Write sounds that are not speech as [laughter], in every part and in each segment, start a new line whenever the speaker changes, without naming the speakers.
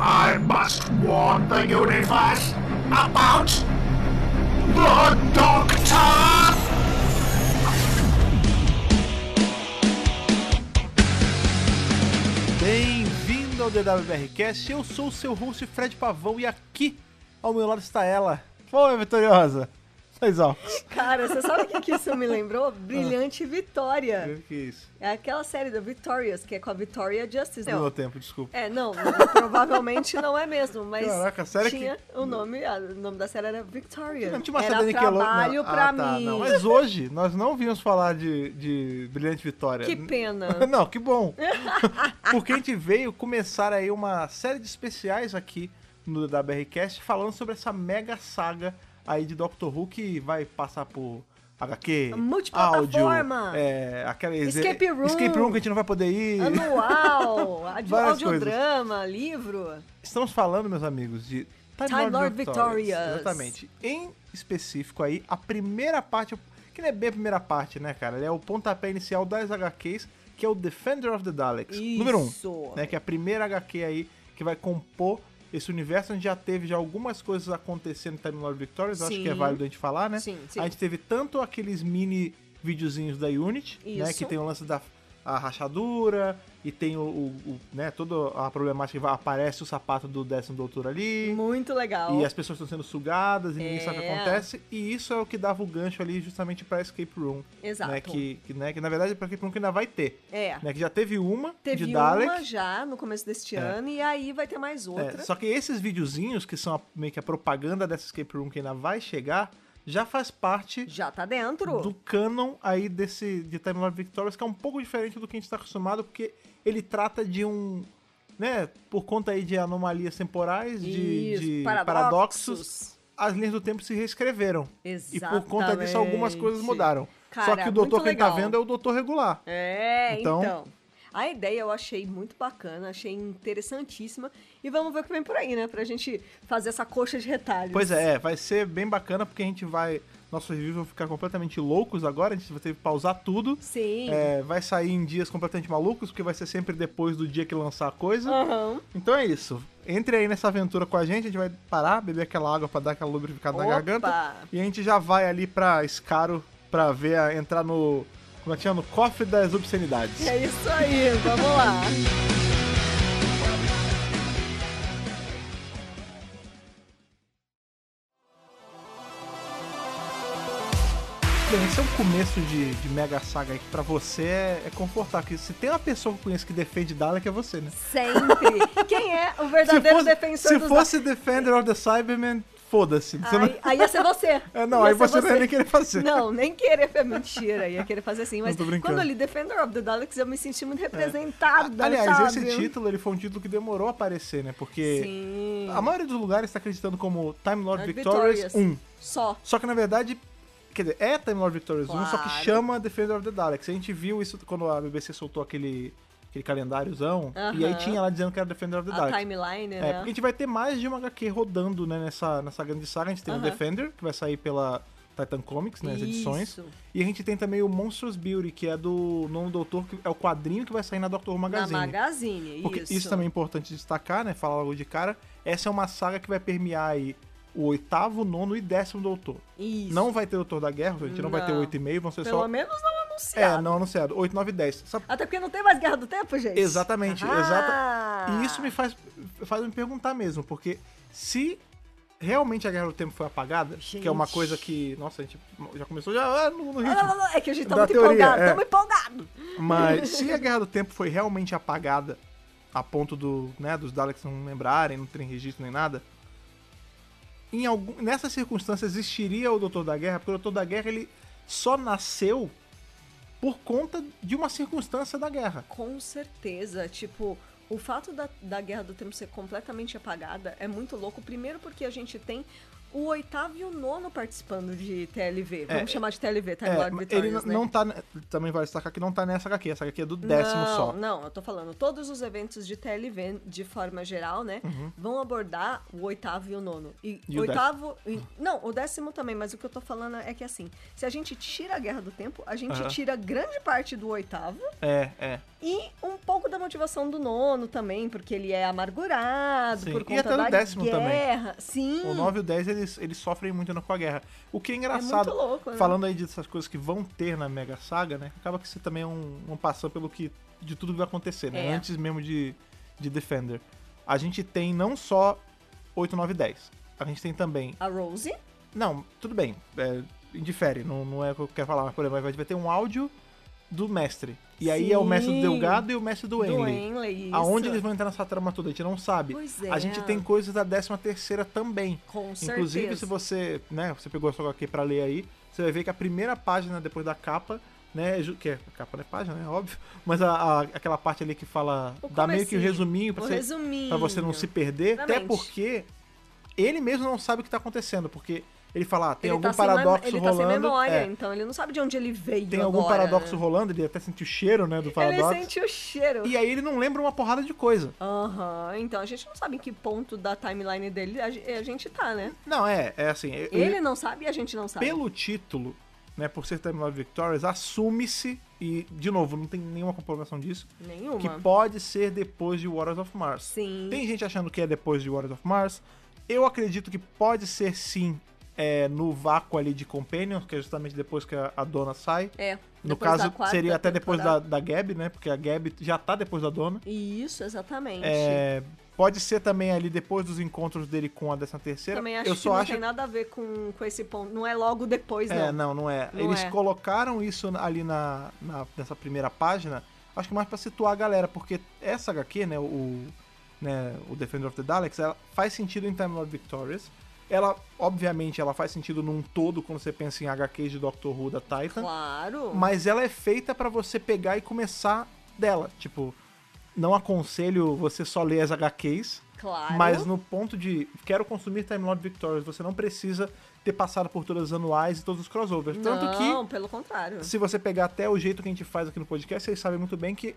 I must warn the universe about the Doctor!
Bem-vindo ao DWBRCast, eu sou o seu host Fred Pavão e aqui ao meu lado está ela, Fome Vitoriosa, Thais Alves.
Cara, você sabe o que, que isso
[laughs]
me
Ah.
lembrou? Brilhante Vitória.
que isso?
É aquela série da Victorious, que é com a Victoria Justice.
Não
Não.
deu tempo, desculpa.
É, não, provavelmente não é mesmo, mas
Caraca, a série é
tinha
que-
o nome, a- o nome da série era Victoria.
Não tinha uma
era
série da Nickelodeon.
trabalho
Não,
pra
ah, tá,
mim.
não. Mas hoje nós não vimos falar de, de Brilhante Vitória.
Que
N- [laughs]
pena.
Não, que bom. Porque a gente veio começar aí uma série de especiais aqui no DWRcast falando sobre essa mega saga aí de Doctor Who que vai passar por HQ, áudio,
Multiplataforma.
é, aquela
Escape room. Ah,
escape room que a gente não vai poder ir.
Anual, audio,
Várias coisas.
audiodrama, livro.
Estamos falando, meus amigos, de Time,
Time Lord Victorious.
Exatamente. Em específico aí, a primeira parte, que não é bem a primeira parte, né, cara? Ele é o pontapé inicial das HQs, que é o Defender of the Daleks.
Isso.
Número 1. Um, né, que é a primeira HQ aí que vai compor esse universo. A gente já teve já algumas coisas acontecendo em Time Lord Victorious, eu acho
Sim.
que é válido a gente falar, né?
Sim, sim.
A gente teve tanto aqueles mini videozinhos da Unity, né,
Isso.
que tem o lance da a rachadura e tem o, o- o, né, toda a problemática que vai- aparece o sapato do décimo doutor ali.
Muito legal.
E as pessoas estão sendo sugadas e ninguém sabe o que
É.
acontece. E isso é o que dava o gancho ali justamente pra Escape Room.
Exato.
Né, que, que, né, que na verdade é pra Escape Room que ainda vai ter.
É.
Né, que já teve uma
Teve
de Dalek.
uma já no começo deste
É.
ano e aí vai ter mais
É,
outra.
só que esses videozinhos, que são a- meio que a propaganda dessa escape room que ainda vai chegar, já faz parte
Já tá dentro.
do canon aí desse de Time Lord Victorious, que é um pouco diferente do que a gente tá acostumado, porque ele trata de um. né, por conta aí de anomalias temporais, de,
Isso,
de paradoxos,
paradoxos.
as linhas do tempo se reescreveram. E
Exatamente.
por conta disso, algumas coisas mudaram.
Cara,
Só que o doutor
muito
que ele tá
legal.
vendo é o doutor regular.
É,
Então-
então. A ideia eu achei muito bacana, achei interessantíssima. E vamos ver o que vem por aí, né? Pra gente fazer essa coxa de retalhos.
Pois é, é, vai ser bem bacana porque a gente vai. Nossos reviews vão ficar completamente loucos agora, a gente vai ter que pausar tudo.
Sim.
É, vai sair em dias completamente malucos, porque vai ser sempre depois do dia que lançar a coisa.
Aham.
Então é isso. Entre aí nessa aventura com a gente, a gente vai parar, beber aquela água pra dar aquela lubrificada na
Opa!
garganta. E a gente já vai ali pra Scaro pra ver, a- entrar no. Como é que chama? No cofre das obscenidades.
É isso aí, vamos lá.
Bem, Esse é um começo de, de mega saga aí que pra você é, é confortável. Porque se tem uma pessoa que eu conheço que defende Dalek, é você, né?
Sempre. Quem é o verdadeiro
se fosse,
defensor
se
dos
fosse Defender of the Cybermen, foda-se. Você não-
Aí, aí ia ser você.
É, não,
Ia
aí
ser
você não ia nem querer fazer.
Não, nem querer. É mentira, ia querer fazer assim. Mas
tô brincando. É.
quando eu li Defender of the Daleks, eu me senti muito representada.
Aliás,
sabe?
esse título ele foi um título que demorou a aparecer, né? Porque
Sim.
a maioria dos lugares está acreditando como Time Lord
Lord
Victorious,
É Victorious.
1.
Só.
Só que na verdade, quer dizer, é Time Lord Victorious 1, só que
Claro.
chama Defender of the Daleks. A gente viu isso quando a BBC soltou aquele, aquele calendáriozão, e aí
Aham.
tinha lá dizendo que era Defender of the
A
Daleks.
timeline,
É,
né?
porque a gente vai ter mais de uma HQ rodando né, nessa, nessa grande saga. A gente tem o
Aham.
Defender, que vai sair pela Titan Comics, né, as edições.
Isso.
E a gente tem também o Monstrous Beauty, que é do Nono Doutor, que é o quadrinho que vai sair na Doctor Who Magazine.
Na Magazine,
Porque isso.
isso.
também é importante destacar, né? Falar logo de cara. Essa é uma saga que vai permear aí o oitavo, nono e décimo doutor.
Isso.
Não vai ter doutor da guerra, a gente não, vai ter
Não.
oito e meio, vão ser
Pelo
só.
menos não
É,
anunciado.
não anunciado. Oito, nove e dez. Sabe-
Até porque não tem mais Guerra do Tempo, gente.
Exatamente,
Ah!
exata- E isso me faz, faz me perguntar mesmo, porque se realmente a Guerra do Tempo foi apagada, que é uma
Gente.
coisa que, nossa, a gente já começou já ah, no, no ritmo.
Ah, não, não, não, É que a gente tá
Da
muito
teoria,
empolgado,
é.
tamo empolgado.
Mas se a Guerra do Tempo foi realmente apagada, a ponto do, né, dos Daleks não lembrarem, não terem registro nem nada, em algum, nessa circunstância existiria o Doutor da Guerra, porque o Doutor da Guerra ele só nasceu por conta de uma circunstância da guerra.
Com certeza, tipo, o fato da, da Guerra do Tempo ser completamente apagada é muito louco. Primeiro porque a gente tem o oitavo e o nono participando de TLV.
É,
Vamos chamar de TLV, Time
É,
Lord
mas ele
Victorious,
não,
né?
não tá. Também vale destacar que não tá nessa HQ. Essa HQ é do décimo
não,
só.
Não, eu tô falando, todos os eventos de TLV, de forma geral, né, vão abordar o oitavo e o nono. E,
Uhum. E o
oitavo. e- não, o décimo também, mas o que eu tô falando é que assim, se a gente tira a Guerra do Tempo, a gente
Aham.
tira grande parte do oitavo
É, é.
e um pouco da motivação do nono também, porque ele é amargurado,
Sim,
por
e
conta
até do
da
décimo também.
guerra. Sim.
O 9 e o 10, eles, eles sofrem muito ainda com a guerra. O que é engraçado,
muito louco, né?
falando aí dessas coisas que vão ter na Mega Saga, né? Acaba que você também é um, um passão pelo que. de tudo que vai acontecer, né?
É.
Antes mesmo de, de Defender. A gente tem não só 8, 9 e 10. A gente tem também.
A Rose.
Não, tudo bem. É, indifere, não, não é o que eu quero falar, mas por exemplo, vai ter um áudio do mestre. E aí é o mestre do
Sim.
Delgado e o mestre do
Do
Enley.
Enley. isso.
Aonde eles vão entrar nessa trama toda, a gente não sabe.
Pois é.
A gente tem coisas da 13 terceira também.
Com
Inclusive,
certeza.
se você, né, você pegou a sua HQ pra ler aí, você vai ver que a primeira página depois da capa, né, ju- que é, a capa não é página, né, óbvio, mas a, a- aquela parte ali que fala,
O
dá meio que o
comecinho,
resuminho pra,
o
você,
resuminho.
pra você não se perder, até
Exatamente.
porque ele mesmo não sabe o que tá acontecendo, porque ele fala, ah, tem
ele
algum
tá sem mem-
paradoxo
ele
rolando,
tá sem memória,
é,
então ele não sabe de onde ele veio
tem algum
agora,
paradoxo
né?
rolando, ele até sentiu o cheiro, né, do paradoxo,
Ele sente o cheiro.
e aí ele não lembra uma porrada de coisa.
Aham, então a gente não sabe em que ponto da timeline dele a, ge- a gente tá, né?
Não, é, é assim. eu- eu-
Ele não sabe e a gente não sabe.
pelo título, né, por ser Time Lord Victorious, assume-se, e de novo, não tem nenhuma comprovação disso,
Nenhuma.
que pode ser depois de Waters of Mars.
Sim.
Tem gente achando que é depois de Waters of Mars. Eu acredito que pode ser sim é, no vácuo ali de Companions, que é justamente depois que a, a dona sai.
É.
No
depois da
caso,
quarta
seria até depois da,
temporada.
da Gabi, né? Porque a Gabi já tá depois da dona.
Isso, exatamente.
É, pode ser também ali depois dos encontros dele com a décima terceira.
Também acho
Eu
que
só
não
acho
tem nada a ver com, com esse ponto. Não é logo depois,
É,
não.
não, não é.
Não
Eles
é.
colocaram isso ali na, na- nessa primeira página, acho que mais pra situar a galera, porque essa HQ, né, o, né, o Defender of the Daleks, ela faz sentido em Time Lord Victorious. Ela, obviamente, ela faz sentido num todo quando você pensa em HQs de Doctor Who da Titan,
Claro.
mas ela é feita pra você pegar e começar dela. Tipo, não aconselho você só ler as HQs,
Claro.
mas no ponto de quero consumir Time Lord Victorious, você não precisa ter passado por todas as anuais e todos os crossovers. Tanto
Não,
que,
pelo contrário.
se você pegar até o jeito que a gente faz aqui no podcast, vocês sabem muito bem que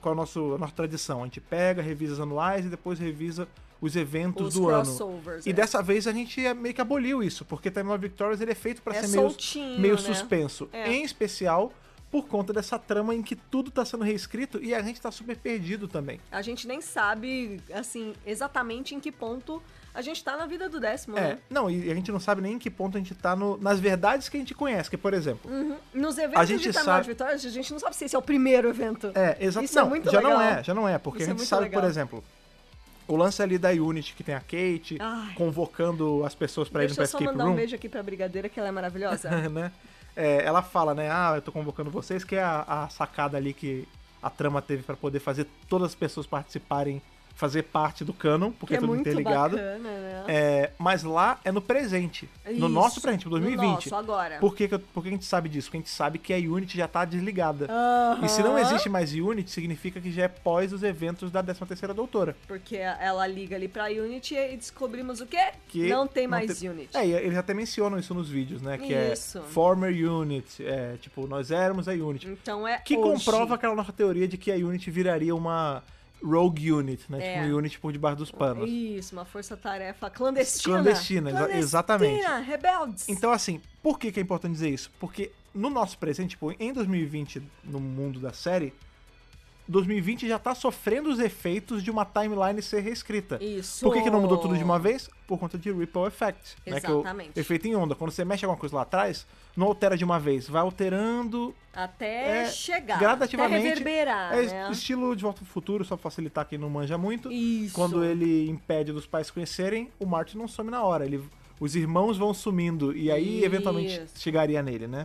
qual é a, nosso, a nossa tradição. A gente pega, revisa as anuais e depois revisa os eventos
Os
do ano.
crossovers.
E
é.
dessa vez a gente é- meio que aboliu isso, porque Time Lord Victorious ele é feito pra
É
ser meio,
soltinho,
meio
né?
suspenso.
É.
Em especial por conta dessa trama em que tudo tá sendo reescrito e a gente tá super perdido também.
A gente nem sabe, assim, exatamente em que ponto a gente tá na vida do décimo,
É,
né?
não, e a gente não sabe nem em que ponto a gente tá no- nas verdades que a gente conhece, que, por exemplo,
Uhum. Nos eventos
gente
de Time
sabe-
Lord Victorious, a gente não sabe se esse é o primeiro evento.
é, exato,
Isso é
não,
muito
já não
legal.
é, já não é, porque
Isso
a
é
gente
muito
sabe, por
legal.
exemplo, o lance ali da Unity, que tem a Kate,
Ai.
convocando as pessoas pra irem
Deixa
pra
eu só
escape
mandar
room,
um beijo aqui pra Brigadeira, que ela
[laughs]
é maravilhosa.
né? É, ela fala, né, ah, eu tô convocando vocês, que é a, a sacada ali que a trama teve pra poder fazer todas as pessoas participarem, fazer parte do canon, porque
que é
Tá tudo
muito
interligado.
bacana, né?
É, mas lá é no presente, no
Isso,
nosso presente,
no
2020.
nosso, agora.
Por que, que eu- por que a gente sabe disso? Porque a gente sabe que a Unity já tá desligada.
Aham.
E se não existe mais Unity, significa que já é pós os eventos da 13ª Doutora.
Porque ela liga ali pra Unity e descobrimos o quê?
Que
não tem mais
te-
Unity.
É, e eles até mencionam isso nos vídeos, né? Que
Isso.
é former Unity, é, tipo, nós éramos a Unity.
Então é
Que
hoje.
comprova aquela nossa teoria de que a Unity viraria uma rogue unit, né?
É.
Tipo, uma unit por debaixo dos panos.
Isso, uma força-tarefa
é
clandestina.
Clandestina, exa- exatamente.
Clandestina, rebeldes.
Então, assim, por que, que é importante dizer isso? Porque no nosso presente, tipo, em 2020, no mundo da série, 2020 já tá sofrendo os efeitos de uma timeline ser reescrita.
Isso.
Por que, que não mudou tudo de uma vez? Por conta de Ripple Effect. né, que é o
Exatamente.
efeito em onda. Quando você mexe alguma coisa lá atrás, não altera de uma vez, vai alterando
Até
é,
chegar.
gradativamente.
Até reverberar,
é
né?
estilo de volta pro futuro, só pra facilitar quem não manja muito.
Isso.
Quando ele impede dos pais se conhecerem, o Martin não some na hora. Ele, os irmãos vão sumindo e aí
Isso.
eventualmente chegaria nele, né?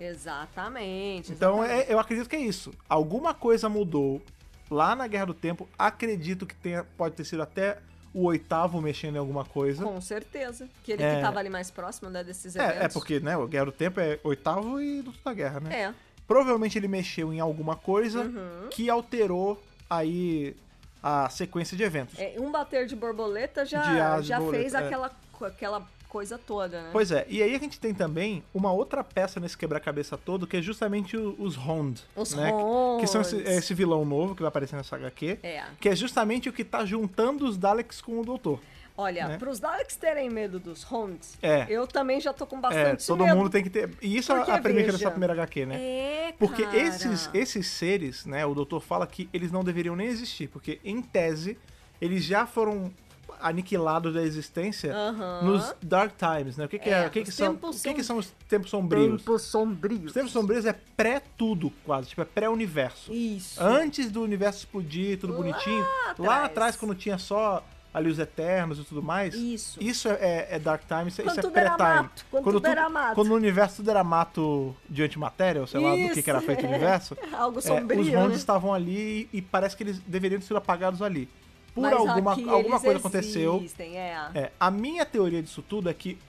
Exatamente.
Então
exatamente.
é- eu acredito que é isso. Alguma coisa mudou lá na Guerra do Tempo. Acredito que tenha, pode ter sido até o oitavo mexendo em alguma coisa.
Com certeza. Que ele
É.
que tava ali mais próximo né, desses eventos.
É, é porque, né, o Guerra do Tempo é oitavo e Doutor da Guerra, né?
É. Uhum.
Provavelmente ele mexeu em alguma coisa que alterou aí a sequência de eventos.
É, um bater de borboleta já,
De asa de
já
borboleta,
fez
é.
aquela, co- aquela coisa toda, né?
Pois é, e aí a gente tem também uma outra peça nesse quebra-cabeça todo, que é justamente o- os Hond.
Os
né?
Hond.
Que são esse, é esse vilão novo que vai aparecer nessa HQ.
É.
Que é justamente o que tá juntando os Daleks com o Doutor.
Olha,
né?
pros Daleks terem medo dos Honds,
É.
eu também já tô com
É,
bastante
todo
medo.
mundo tem que ter. E isso é
Porque,
a premissa
veja,
dessa primeira HQ, né?
É,
Porque
cara.
esses, esses seres, né, o doutor fala que eles não deveriam nem existir, porque em tese eles já foram aniquilados da existência
Aham.
nos Dark Times, né? O que, que, é,
É,
o que, que
os
são,
tempos
o que, que
som-
são os tempos sombrios?
sombrios.
Os tempos sombrios é pré-tudo, quase, tipo, é pré-universo.
Isso.
Antes do universo explodir, tudo
Lá
bonitinho.
atrás.
Lá atrás, quando tinha só ali os Eternos e tudo mais.
Isso.
Isso é, é- é Dark Time, isso, é-
Quando
isso é
tudo era
pré-time.
mato, quando tudo era mato.
Quando o universo tudo era mato de antimatéria, ou sei lá, do que, que era
Isso,
feito o
[laughs] é.
universo.
Algo
é,
sombrio,
os
né?
Rondes estavam ali e parece que eles deveriam ser apagados ali. Por
Mas
alguma,
aqui
alguma
eles
coisa aconteceu.
Existem, é.
É, a minha teoria disso tudo é que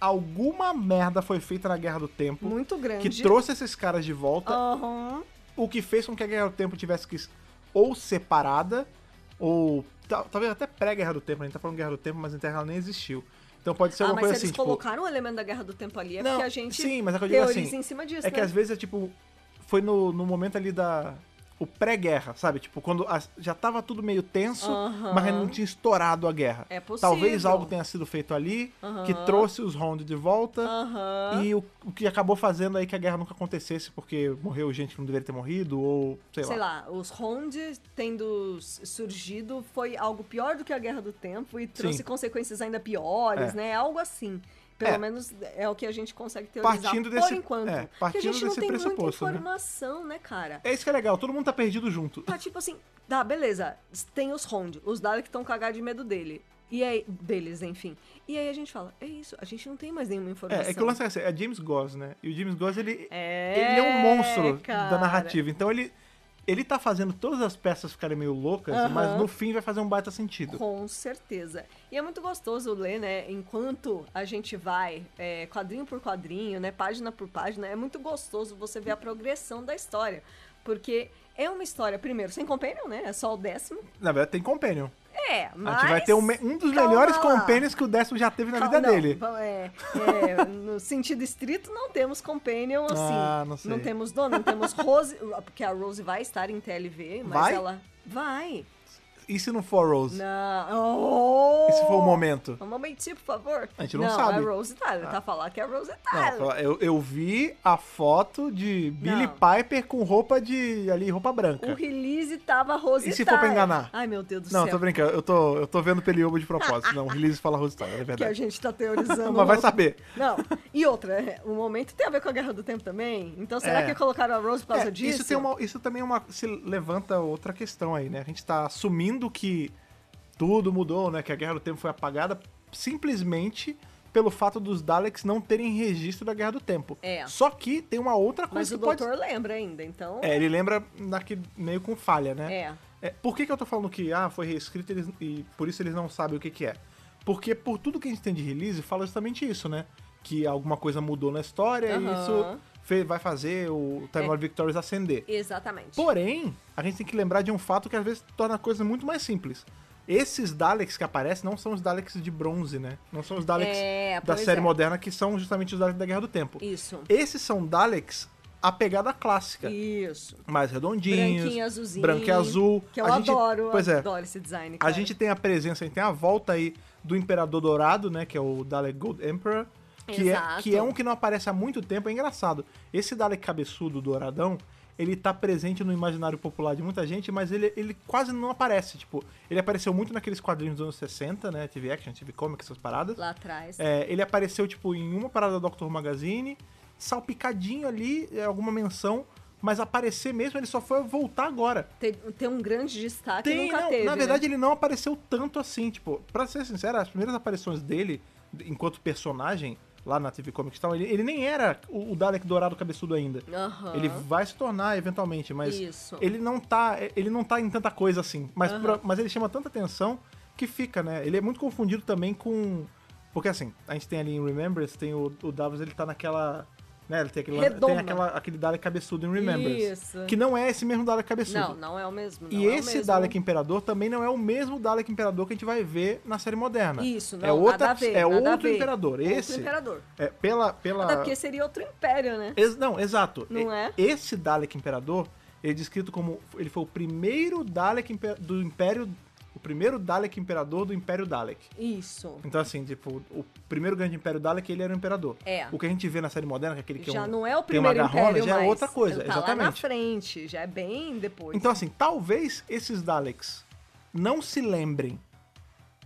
alguma merda foi feita na Guerra do Tempo
Muito grande.
que trouxe esses caras de volta
Aham.
o que fez com que a Guerra do Tempo tivesse que s- ou separada, ou ta- talvez até pré-Guerra do Tempo, a gente tá falando Guerra do Tempo, mas a Terra ela nem existiu. Então pode ser
Ah,
alguma
mas
coisa
se
assim,
eles
tipo...
colocaram o elemento da Guerra do Tempo ali, é
Não,
porque a gente
sim, mas é que eu digo
teoriza
assim,
em cima disso,
É que
né?
às vezes é tipo, foi no, no momento ali da... O pré-guerra, sabe? Tipo, quando as- já tava tudo meio tenso,
Aham.
mas ainda não tinha estourado a guerra.
É possível.
Talvez algo tenha sido feito ali, que
Aham.
trouxe os Round de volta,
Aham.
e o, o que acabou fazendo aí que a guerra nunca acontecesse, porque morreu gente que não deveria ter morrido, ou sei,
Sei
lá.
lá, os Hond tendo s- surgido foi algo pior do que a Guerra do Tempo e trouxe
Sim.
consequências ainda piores,
É.
né? Algo assim. Pelo
É.
menos é o que a gente consegue teorizar
Partindo
por
desse-
enquanto.
é,
porque a
partindo
gente não
desse
tem muita
pressuposto, né?
informação, né, cara?
É isso que é legal, todo mundo tá perdido junto.
Tá tipo assim, tá, beleza, tem os Hond, os Dalek estão cagados de medo dele. E aí, deles, enfim. E aí a gente fala, é isso, a gente não tem mais nenhuma informação.
É, é que o lance é assim, é James Goss, né? E o James Goss, ele
É,
ele é um monstro
cara.
da narrativa. Então ele, ele tá fazendo todas as peças ficarem meio loucas,
Aham.
mas no fim vai fazer um baita sentido.
Com certeza. E é muito gostoso ler, né? Enquanto a gente vai é, quadrinho por quadrinho, né? Página por página, é muito gostoso você ver a progressão da história. Porque é uma história, primeiro, sem companion, né? É só o décimo.
Na verdade, tem Companion.
É, mas...
a gente vai ter um, me- um dos
calma
melhores
lá.
Companions que o décimo já teve na
Cal-
vida
não,
dele.
va- É, é, no sentido estrito, não temos Companion, assim.
Ah, não sei.
temos Dona, não temos Rose, porque a Rose vai estar em TLV, mas
Vai?
ela... Vai.
E se não for Rose?
Não.
E se for o momento?
Um momentinho, por favor.
A gente não sabe. Ah.
a Rose Tyler. Tá falando que é a Rose Tyler.
Não, eu, eu vi a foto de Billy
Não.
Piper com roupa de. ali, roupa branca.
o Um release tava Rose
é. E se for
Tyler.
pra enganar?
Ai, meu Deus do
Não,
céu.
tô brincando, eu tô, eu tô vendo Peliobo de propósito. Não, o release fala Rose Tyler, é
Que a
verdade.
gente tá teorizando.
Mas vai
um-
saber.
Não. E outra, é, o momento tem a ver com a Guerra do Tempo também? Então será
É.
que colocaram a Rose por causa
É,
disso?
Isso, tem uma- isso também é uma, se levanta outra questão aí, né? A gente tá assumindo que tudo mudou, né? Que a Guerra do Tempo foi apagada simplesmente pelo fato dos Daleks não terem registro da Guerra do Tempo.
É.
Só que tem uma outra coisa
Mas
que
o
pode...
doutor lembra ainda, então...
É, ele lembra naquele, meio com falha, né?
É.
É, por que, que eu tô falando que ah, foi reescrito eles- e por isso eles não sabem o que, que é? Porque por tudo que a gente tem de release, fala justamente isso, né? Que alguma coisa mudou na história e
Aham. É.
isso fe- vai fazer o Time Lord Victorious acender.
Exatamente.
Porém, a gente tem que lembrar de um fato que às vezes torna a coisa muito mais simples. Esses Daleks que aparecem não são os Daleks de bronze, né? Não são os Daleks
É,
da
pois
série
é.
moderna que são justamente os Daleks da Guerra do Tempo.
Isso.
Esses são Daleks a pegada clássica
Isso.
mais redondinhos.
Branquinho, azulzinho.
Branco e azul.
Que eu
A gente-
adoro.
Pois é.
Adoro esse design,
A
cara.
gente tem a presença, a gente tem a volta aí do Imperador Dourado, né? Que é o Dalek Gold Emperor. Que é,
Exato.
que é um que não aparece há muito tempo, é engraçado. Esse Dalek cabeçudo douradão, ele tá presente no imaginário popular de muita gente, mas ele, ele quase não aparece. Tipo, ele apareceu muito naqueles quadrinhos dos anos 60, né? TV Action, TV Comics, essas paradas.
Lá atrás.
É, ele apareceu, tipo, em uma parada do Doctor Magazine, salpicadinho ali, é, alguma menção, mas aparecer mesmo, ele só foi voltar agora.
Tem, tem um grande destaque
Tem,
e nunca
não,
teve,
na
né?
verdade, ele não apareceu tanto assim, tipo, pra ser sincero, as primeiras aparições dele, enquanto personagem, lá na TV Comics e tal, ele, ele nem era o, o Dalek Dourado Cabeçudo ainda.
Aham.
Ele vai se tornar eventualmente, mas
Isso.
ele não tá. Ele não tá em tanta coisa assim. Mas,
Aham.
pra- mas ele chama tanta atenção que fica, né? Ele é muito confundido também com. Porque assim, a gente tem ali em Remembrance, tem o, o Davos, ele tá naquela. Né? Ele tem aquele,
Redoma.
tem aquela, aquele Dalek cabeçudo em Remembrance.
Isso.
Que não é esse mesmo Dalek cabeçudo.
Não, não é o mesmo.
E
não é o
esse
mesmo.
Dalek Imperador também não é o mesmo Dalek Imperador que a gente vai ver na série moderna.
Isso, não,
é outra,
nada a ver,
é
nada a
outro
ver.
Imperador.
Outro
Esse
imperador.
é pela pela
Até porque seria outro império, né?
Ex- não, exato.
Não
E-
é?
Esse Dalek Imperador, ele é descrito como ele foi o primeiro Dalek Imper- do Império, o primeiro Dalek Imperador do Império Dalek.
Isso.
Então assim, tipo, o primeiro grande Império Dalek, ele era o imperador.
É.
O que a gente vê na série moderna, que é aquele que é
já
um-
não é o
tem uma
primeiro
garrona,
império,
já
mais.
é outra coisa,
tá lá na
exatamente.
frente, já é bem depois.
Então, assim, talvez esses Daleks não se lembrem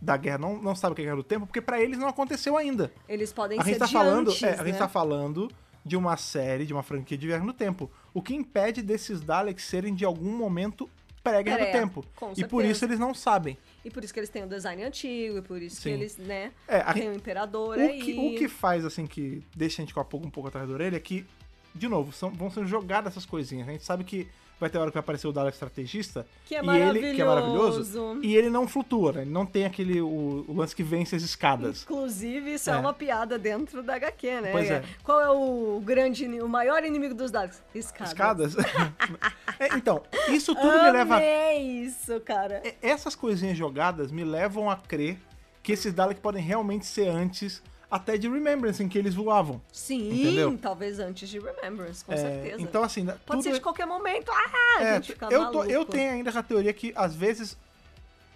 da guerra, não, não sabem o que é a guerra do tempo, porque pra eles não aconteceu ainda.
Eles podem
A gente,
ser
tá
de
falando,
antes,
é, a gente
né?
tá falando de uma série, de uma franquia de guerra no tempo. O que impede desses Daleks serem de algum momento pré-guerra do
Pré,
tempo.
com
E por
certeza.
isso eles não sabem.
E por isso que eles têm o design antigo, e por isso
Sim.
que eles, né,
É, a-
tem o imperador
O
aí.
que, o que faz, assim, que deixa a gente com a pulga um pouco atrás da orelha é que, de novo, são- vão sendo jogadas essas coisinhas. A gente sabe que vai ter hora que vai aparecer o Dalek estrategista.
Que é
e ele, que é maravilhoso.
maravilhoso.
E ele não flutua, né? Ele não tem aquele o, o lance que vence as escadas.
Inclusive, isso é.
É.
uma piada dentro da HQ, né?
Pois é.
Qual é o grande, ini- o maior inimigo dos Daleks? Escadas.
Escadas? [laughs] É, então, isso tudo
Amei
me leva.
isso, cara.
É, Essas coisinhas jogadas me levam a crer que esses Daleks podem realmente ser antes até de Remembrance, em que eles voavam.
Sim,
Entendeu?
talvez antes de Remembrance, com
É,
certeza.
Então, assim,
Pode
tudo
ser de qualquer momento. Ah, a
É,
gente fica
eu, tô- eu
maluco.
tenho ainda a teoria que às vezes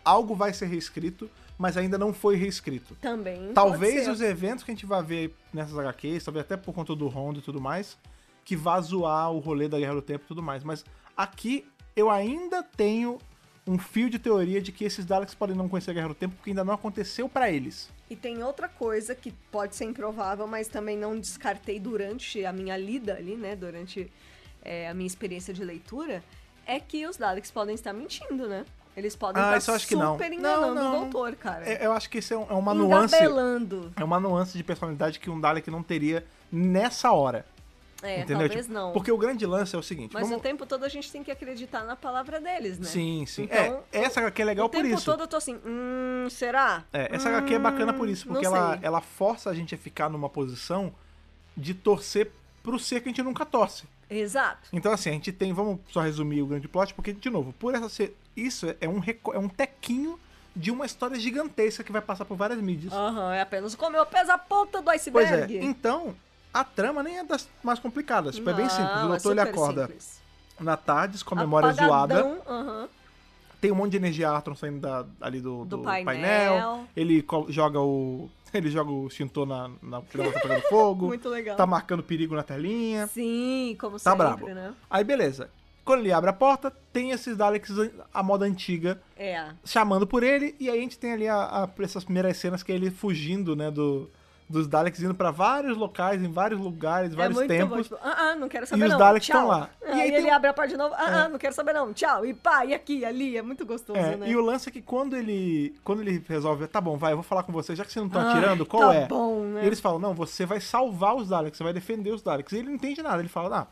algo vai ser reescrito, mas ainda não foi reescrito.
Também.
Talvez
pode
os
ser.
eventos que a gente vai ver nessas HQs, talvez até por conta do Honda e tudo mais, que vá zoar o rolê da Guerra do Tempo e tudo mais. Mas aqui eu ainda tenho um fio de teoria de que esses Daleks podem não conhecer a Guerra do Tempo porque ainda não aconteceu pra eles.
E tem outra coisa que pode ser improvável, mas também não descartei durante a minha lida ali, né? Durante é, a minha experiência de leitura, é que os Daleks podem estar mentindo, né? Eles podem
Ah,
estar
isso eu acho que
super
não. Não,
enganando
não.
o doutor, cara.
É- Eu acho que isso é um- é uma nuance.
Engabelando.
É uma nuance de personalidade que um Dalek não teria nessa hora.
É,
entendeu?
talvez
Tipo,
não.
Porque o grande lance é o seguinte.
Mas
vamos...
o tempo todo a gente tem que acreditar na palavra deles, né?
Sim, sim.
Então,
é, essa HQ é legal
o tempo
por isso.
todo eu tô assim, hum, será?
É, essa HQ é bacana por isso,
Hum, não
porque ela,
sei.
ela força a gente a ficar numa posição de torcer pro ser que a gente nunca torce.
Exato.
Então, assim, a gente tem. Vamos só resumir o grande plot, porque, de novo, por essa ser. Isso é um, reco- é um tequinho de uma história gigantesca que vai passar por várias mídias.
Aham, é apenas como eu peso a ponta do
pois
iceberg.
é, então, a trama nem é das mais complicadas. Tipo, é bem simples. O
Não, é
doutor ele
super
acorda
simples.
na tarde, com a memória zoada.
Apagadão, aham.
tem um monte de energia Atron saindo da- ali do,
Do
do painel.
painel.
Ele co- joga o. Ele joga o extintor na, na que o negócio tá pegando fogo.
[laughs] Muito legal.
Tá marcando perigo na telinha.
Sim, como
tá
sempre,
brabo.
né?
Aí beleza. Quando ele abre a porta, tem esses Daleks an- a moda antiga
É.
chamando por ele. E aí a gente tem ali a- a- essas primeiras cenas que é ele fugindo, né? Do, dos Daleks indo pra vários locais, em vários lugares, vários
é muito bom.
tempos.
Tipo, ah, ah, não quero saber
os
não.
Daleks
tchau.
tão lá. E
Aí,
aí tem
ele
um-
abre a porta de novo. Ah, ah, não quero saber não. Tchau. E pá, e aqui, e ali. É muito gostoso,
É,
né?
E o lance é que quando ele, quando ele resolve, tá bom, vai, eu vou falar com você, já que você não tá
Ah,
atirando, qual
tá
é?
bom, né?
E eles falam, não, você vai salvar os Daleks, você vai defender os Daleks. E ele não entende nada, ele fala, ah,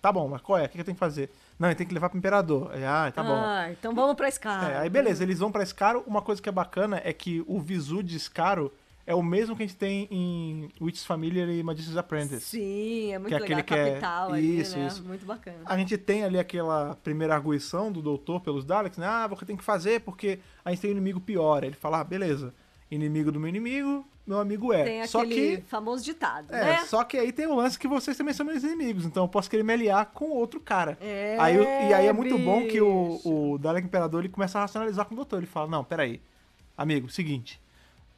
tá bom, mas qual é? O que que eu tenho que fazer? Não, ele tem que levar pro Imperador. Aí, ah, tá bom.
Ah, então vamos pra escala.
É, aí beleza, eles vão pra Scaro. Uma coisa que é bacana é que o visu de Scaro é o mesmo que a gente tem em Witch's Familiar e Magician's Apprentice.
Sim, é muito
Que é
legal.
aquele que é-
capital ali,
Isso,
né?
isso. Ah,
Muito bacana.
A gente tem ali aquela primeira arguição do doutor pelos Daleks, né? Ah, você tem que fazer porque a gente tem um inimigo pior. Aí Ele fala, ah, beleza, inimigo do meu inimigo, meu amigo é.
Tem
Só
aquele
que.
famoso ditado,
É,
né?
só que aí tem o lance que vocês também são meus inimigos, então eu posso querer me aliar com outro cara.
É,
aí, o- e aí é muito bom que o,
bicho.
o Dalek Imperador ele começa a racionalizar com o doutor. Ele fala: Não, peraí, amigo, seguinte.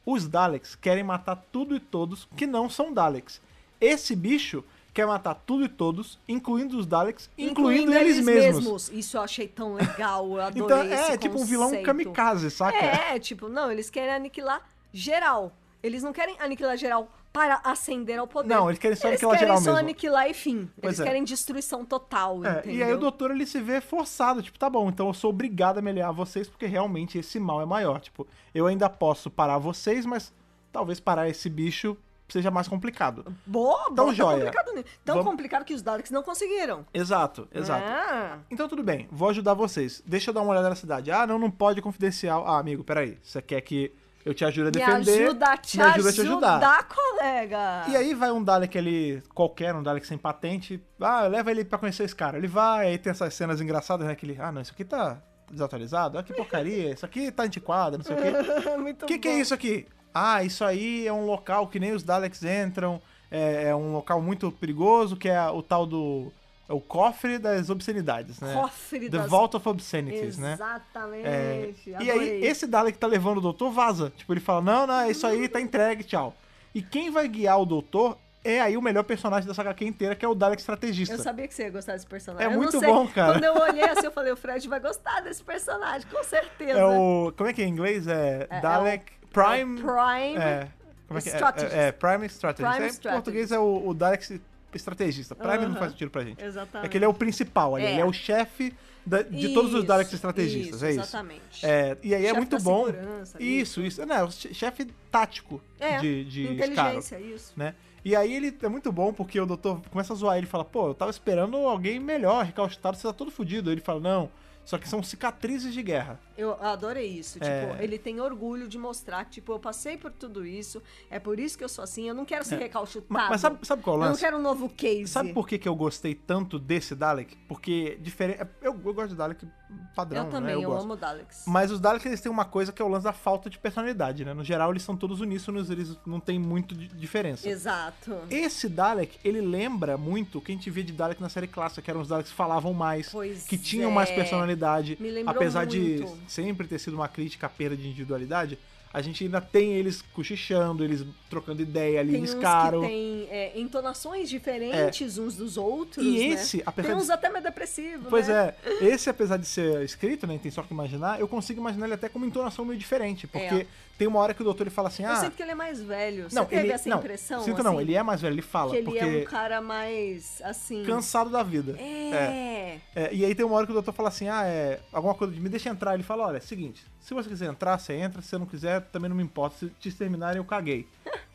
Os Daleks querem matar tudo e todos que não são Daleks. Esse bicho quer matar tudo e todos, incluindo os Daleks, incluindo, eles, mesmos.
Isso eu
[laughs]
achei tão legal, eu adorei
Então
esse
é tipo um vilão
conceito.
kamikaze, saca?
É, tipo, não, eles querem aniquilar geral. Eles não querem aniquilar geral para ascender ao poder.
Não, eles querem só aniquilar
querem
geral
só
mesmo.
aniquilar e fim.
Pois
eles
é.
querem destruição total,
É,
entendeu?
e aí o doutor ele se vê forçado, tipo, tá bom, então eu sou obrigado a me aliar a vocês porque realmente esse mal é maior. Tipo, eu ainda posso parar vocês, mas talvez parar esse bicho seja mais complicado.
Boa,
Então,
boa,
joia.
Tá complicado, ni- Tão
Vamos-
complicado que os Daleks não conseguiram.
Exato, exato.
Ah,
Então tudo bem, vou ajudar vocês. Deixa eu dar uma olhada na cidade. Ah, não, não pode confidencial. Ah, amigo, peraí. Você quer que Eu te ajudo a
Me
defender.
ajuda a te
me ajuda a te ajudar.
ajudar, colega.
E aí vai um Dalek ali, qualquer, um Dalek sem patente. Ah, leva ele pra conhecer esse cara. Ele vai, aí tem essas cenas engraçadas, né? que ele, ah, não, isso aqui tá desatualizado. Ah, que porcaria. Isso aqui tá antiquado, não sei o quê.
[laughs] Muito
O que, que é
bom.
isso aqui? Ah, isso aí é um local que nem os Daleks entram. É, é um local muito perigoso, que é o tal do. É o cofre das obscenidades, né?
Cofre
The
das-
Vault of Obscenities, né? É,
Exatamente.
E aí,
adorei.
esse Dalek que tá levando o doutor vaza. Tipo, ele fala: Não, não, é isso aí, tá entregue, tchau. E quem vai guiar o doutor é aí o melhor personagem dessa HQ inteira, que é o Dalek estrategista.
Eu sabia que você ia gostar desse personagem.
É
Eu não
muito
sei,
bom, cara.
Quando eu olhei assim, eu falei, o Fred vai gostar desse personagem, com certeza.
É o. Como é que é em inglês? É,
né? É, é
Dalek
É
Prime.
o Prime.
é, como é que é?
Strategist.
É, é, Prime Strategist.
Prime
É, em
Strategist.
português é o, o Dalek estrategista. Prime não
Aham.
faz sentido pra gente.
Exatamente.
É que ele é o principal ali,
É.
ele é o chefe da- de todos os
Isso,
Daleks estrategistas,
isso,
é isso.
Exatamente.
É, e aí é
Chefe
muito
da
bom.
segurança,
Isso, isso. Não, é o che- chefe tático
É,
de, de Scarab,
Inteligência, isso.
né? E aí ele é muito bom porque o doutor começa a zoar ele e fala: pô, eu tava esperando alguém melhor, recalcitrado, você tá todo fudido. Ele fala: não, só que são cicatrizes de guerra.
Eu adorei isso.
É.
Tipo, ele tem orgulho de mostrar que, tipo, eu passei por tudo isso, é por isso que eu sou assim, eu não quero ser
É.
recalchutado.
Mas, mas sabe, sabe qual é o
Tá Eu não
lance?
quero um novo case.
Sabe por que, que eu gostei tanto desse Dalek? Porque diferente. Eu, eu gosto de Dalek padrão,
Eu também,
né?
eu,
gosto.
amo o Daleks.
Mas os Daleks eles têm uma coisa que é o lance da falta de personalidade, né? No geral, eles são todos uníssonos, eles não tem muito de diferença.
Exato.
Esse Dalek, ele lembra muito o que a gente via de Dalek na série clássica, que eram os Daleks que falavam mais,
Pois
que tinham
é.
mais personalidade.
Me lembrou
apesar
muito.
de sempre ter sido uma crítica à perda de individualidade, a gente ainda tem eles cochichando, eles trocando ideia ali,
Tem uns
escaro.
que têm é, entonações diferentes uns dos outros,
E
né?
esse, apesar
Tem
de-
uns até mais depressivos,
Pois
né?
é, esse apesar de ser escrito, né, tem só que imaginar, eu consigo imaginar ele até com uma entonação meio diferente, porque
É.
tem uma hora que o doutor ele fala assim,
Eu
ah,
sinto que ele é mais velho. Você
não,
teve
ele
essa
não,
impressão?
sinto não,
assim,
ele é mais velho, ele fala,
Que ele
porque
é um cara mais, assim...
cansado da vida.
É.
É, e aí tem uma hora que o doutor fala assim, ah, é, alguma coisa de me deixa entrar. Ele fala, olha, é o seguinte, se você quiser entrar, você entra, se você não quiser, também não me importa, se te exterminarem, eu caguei.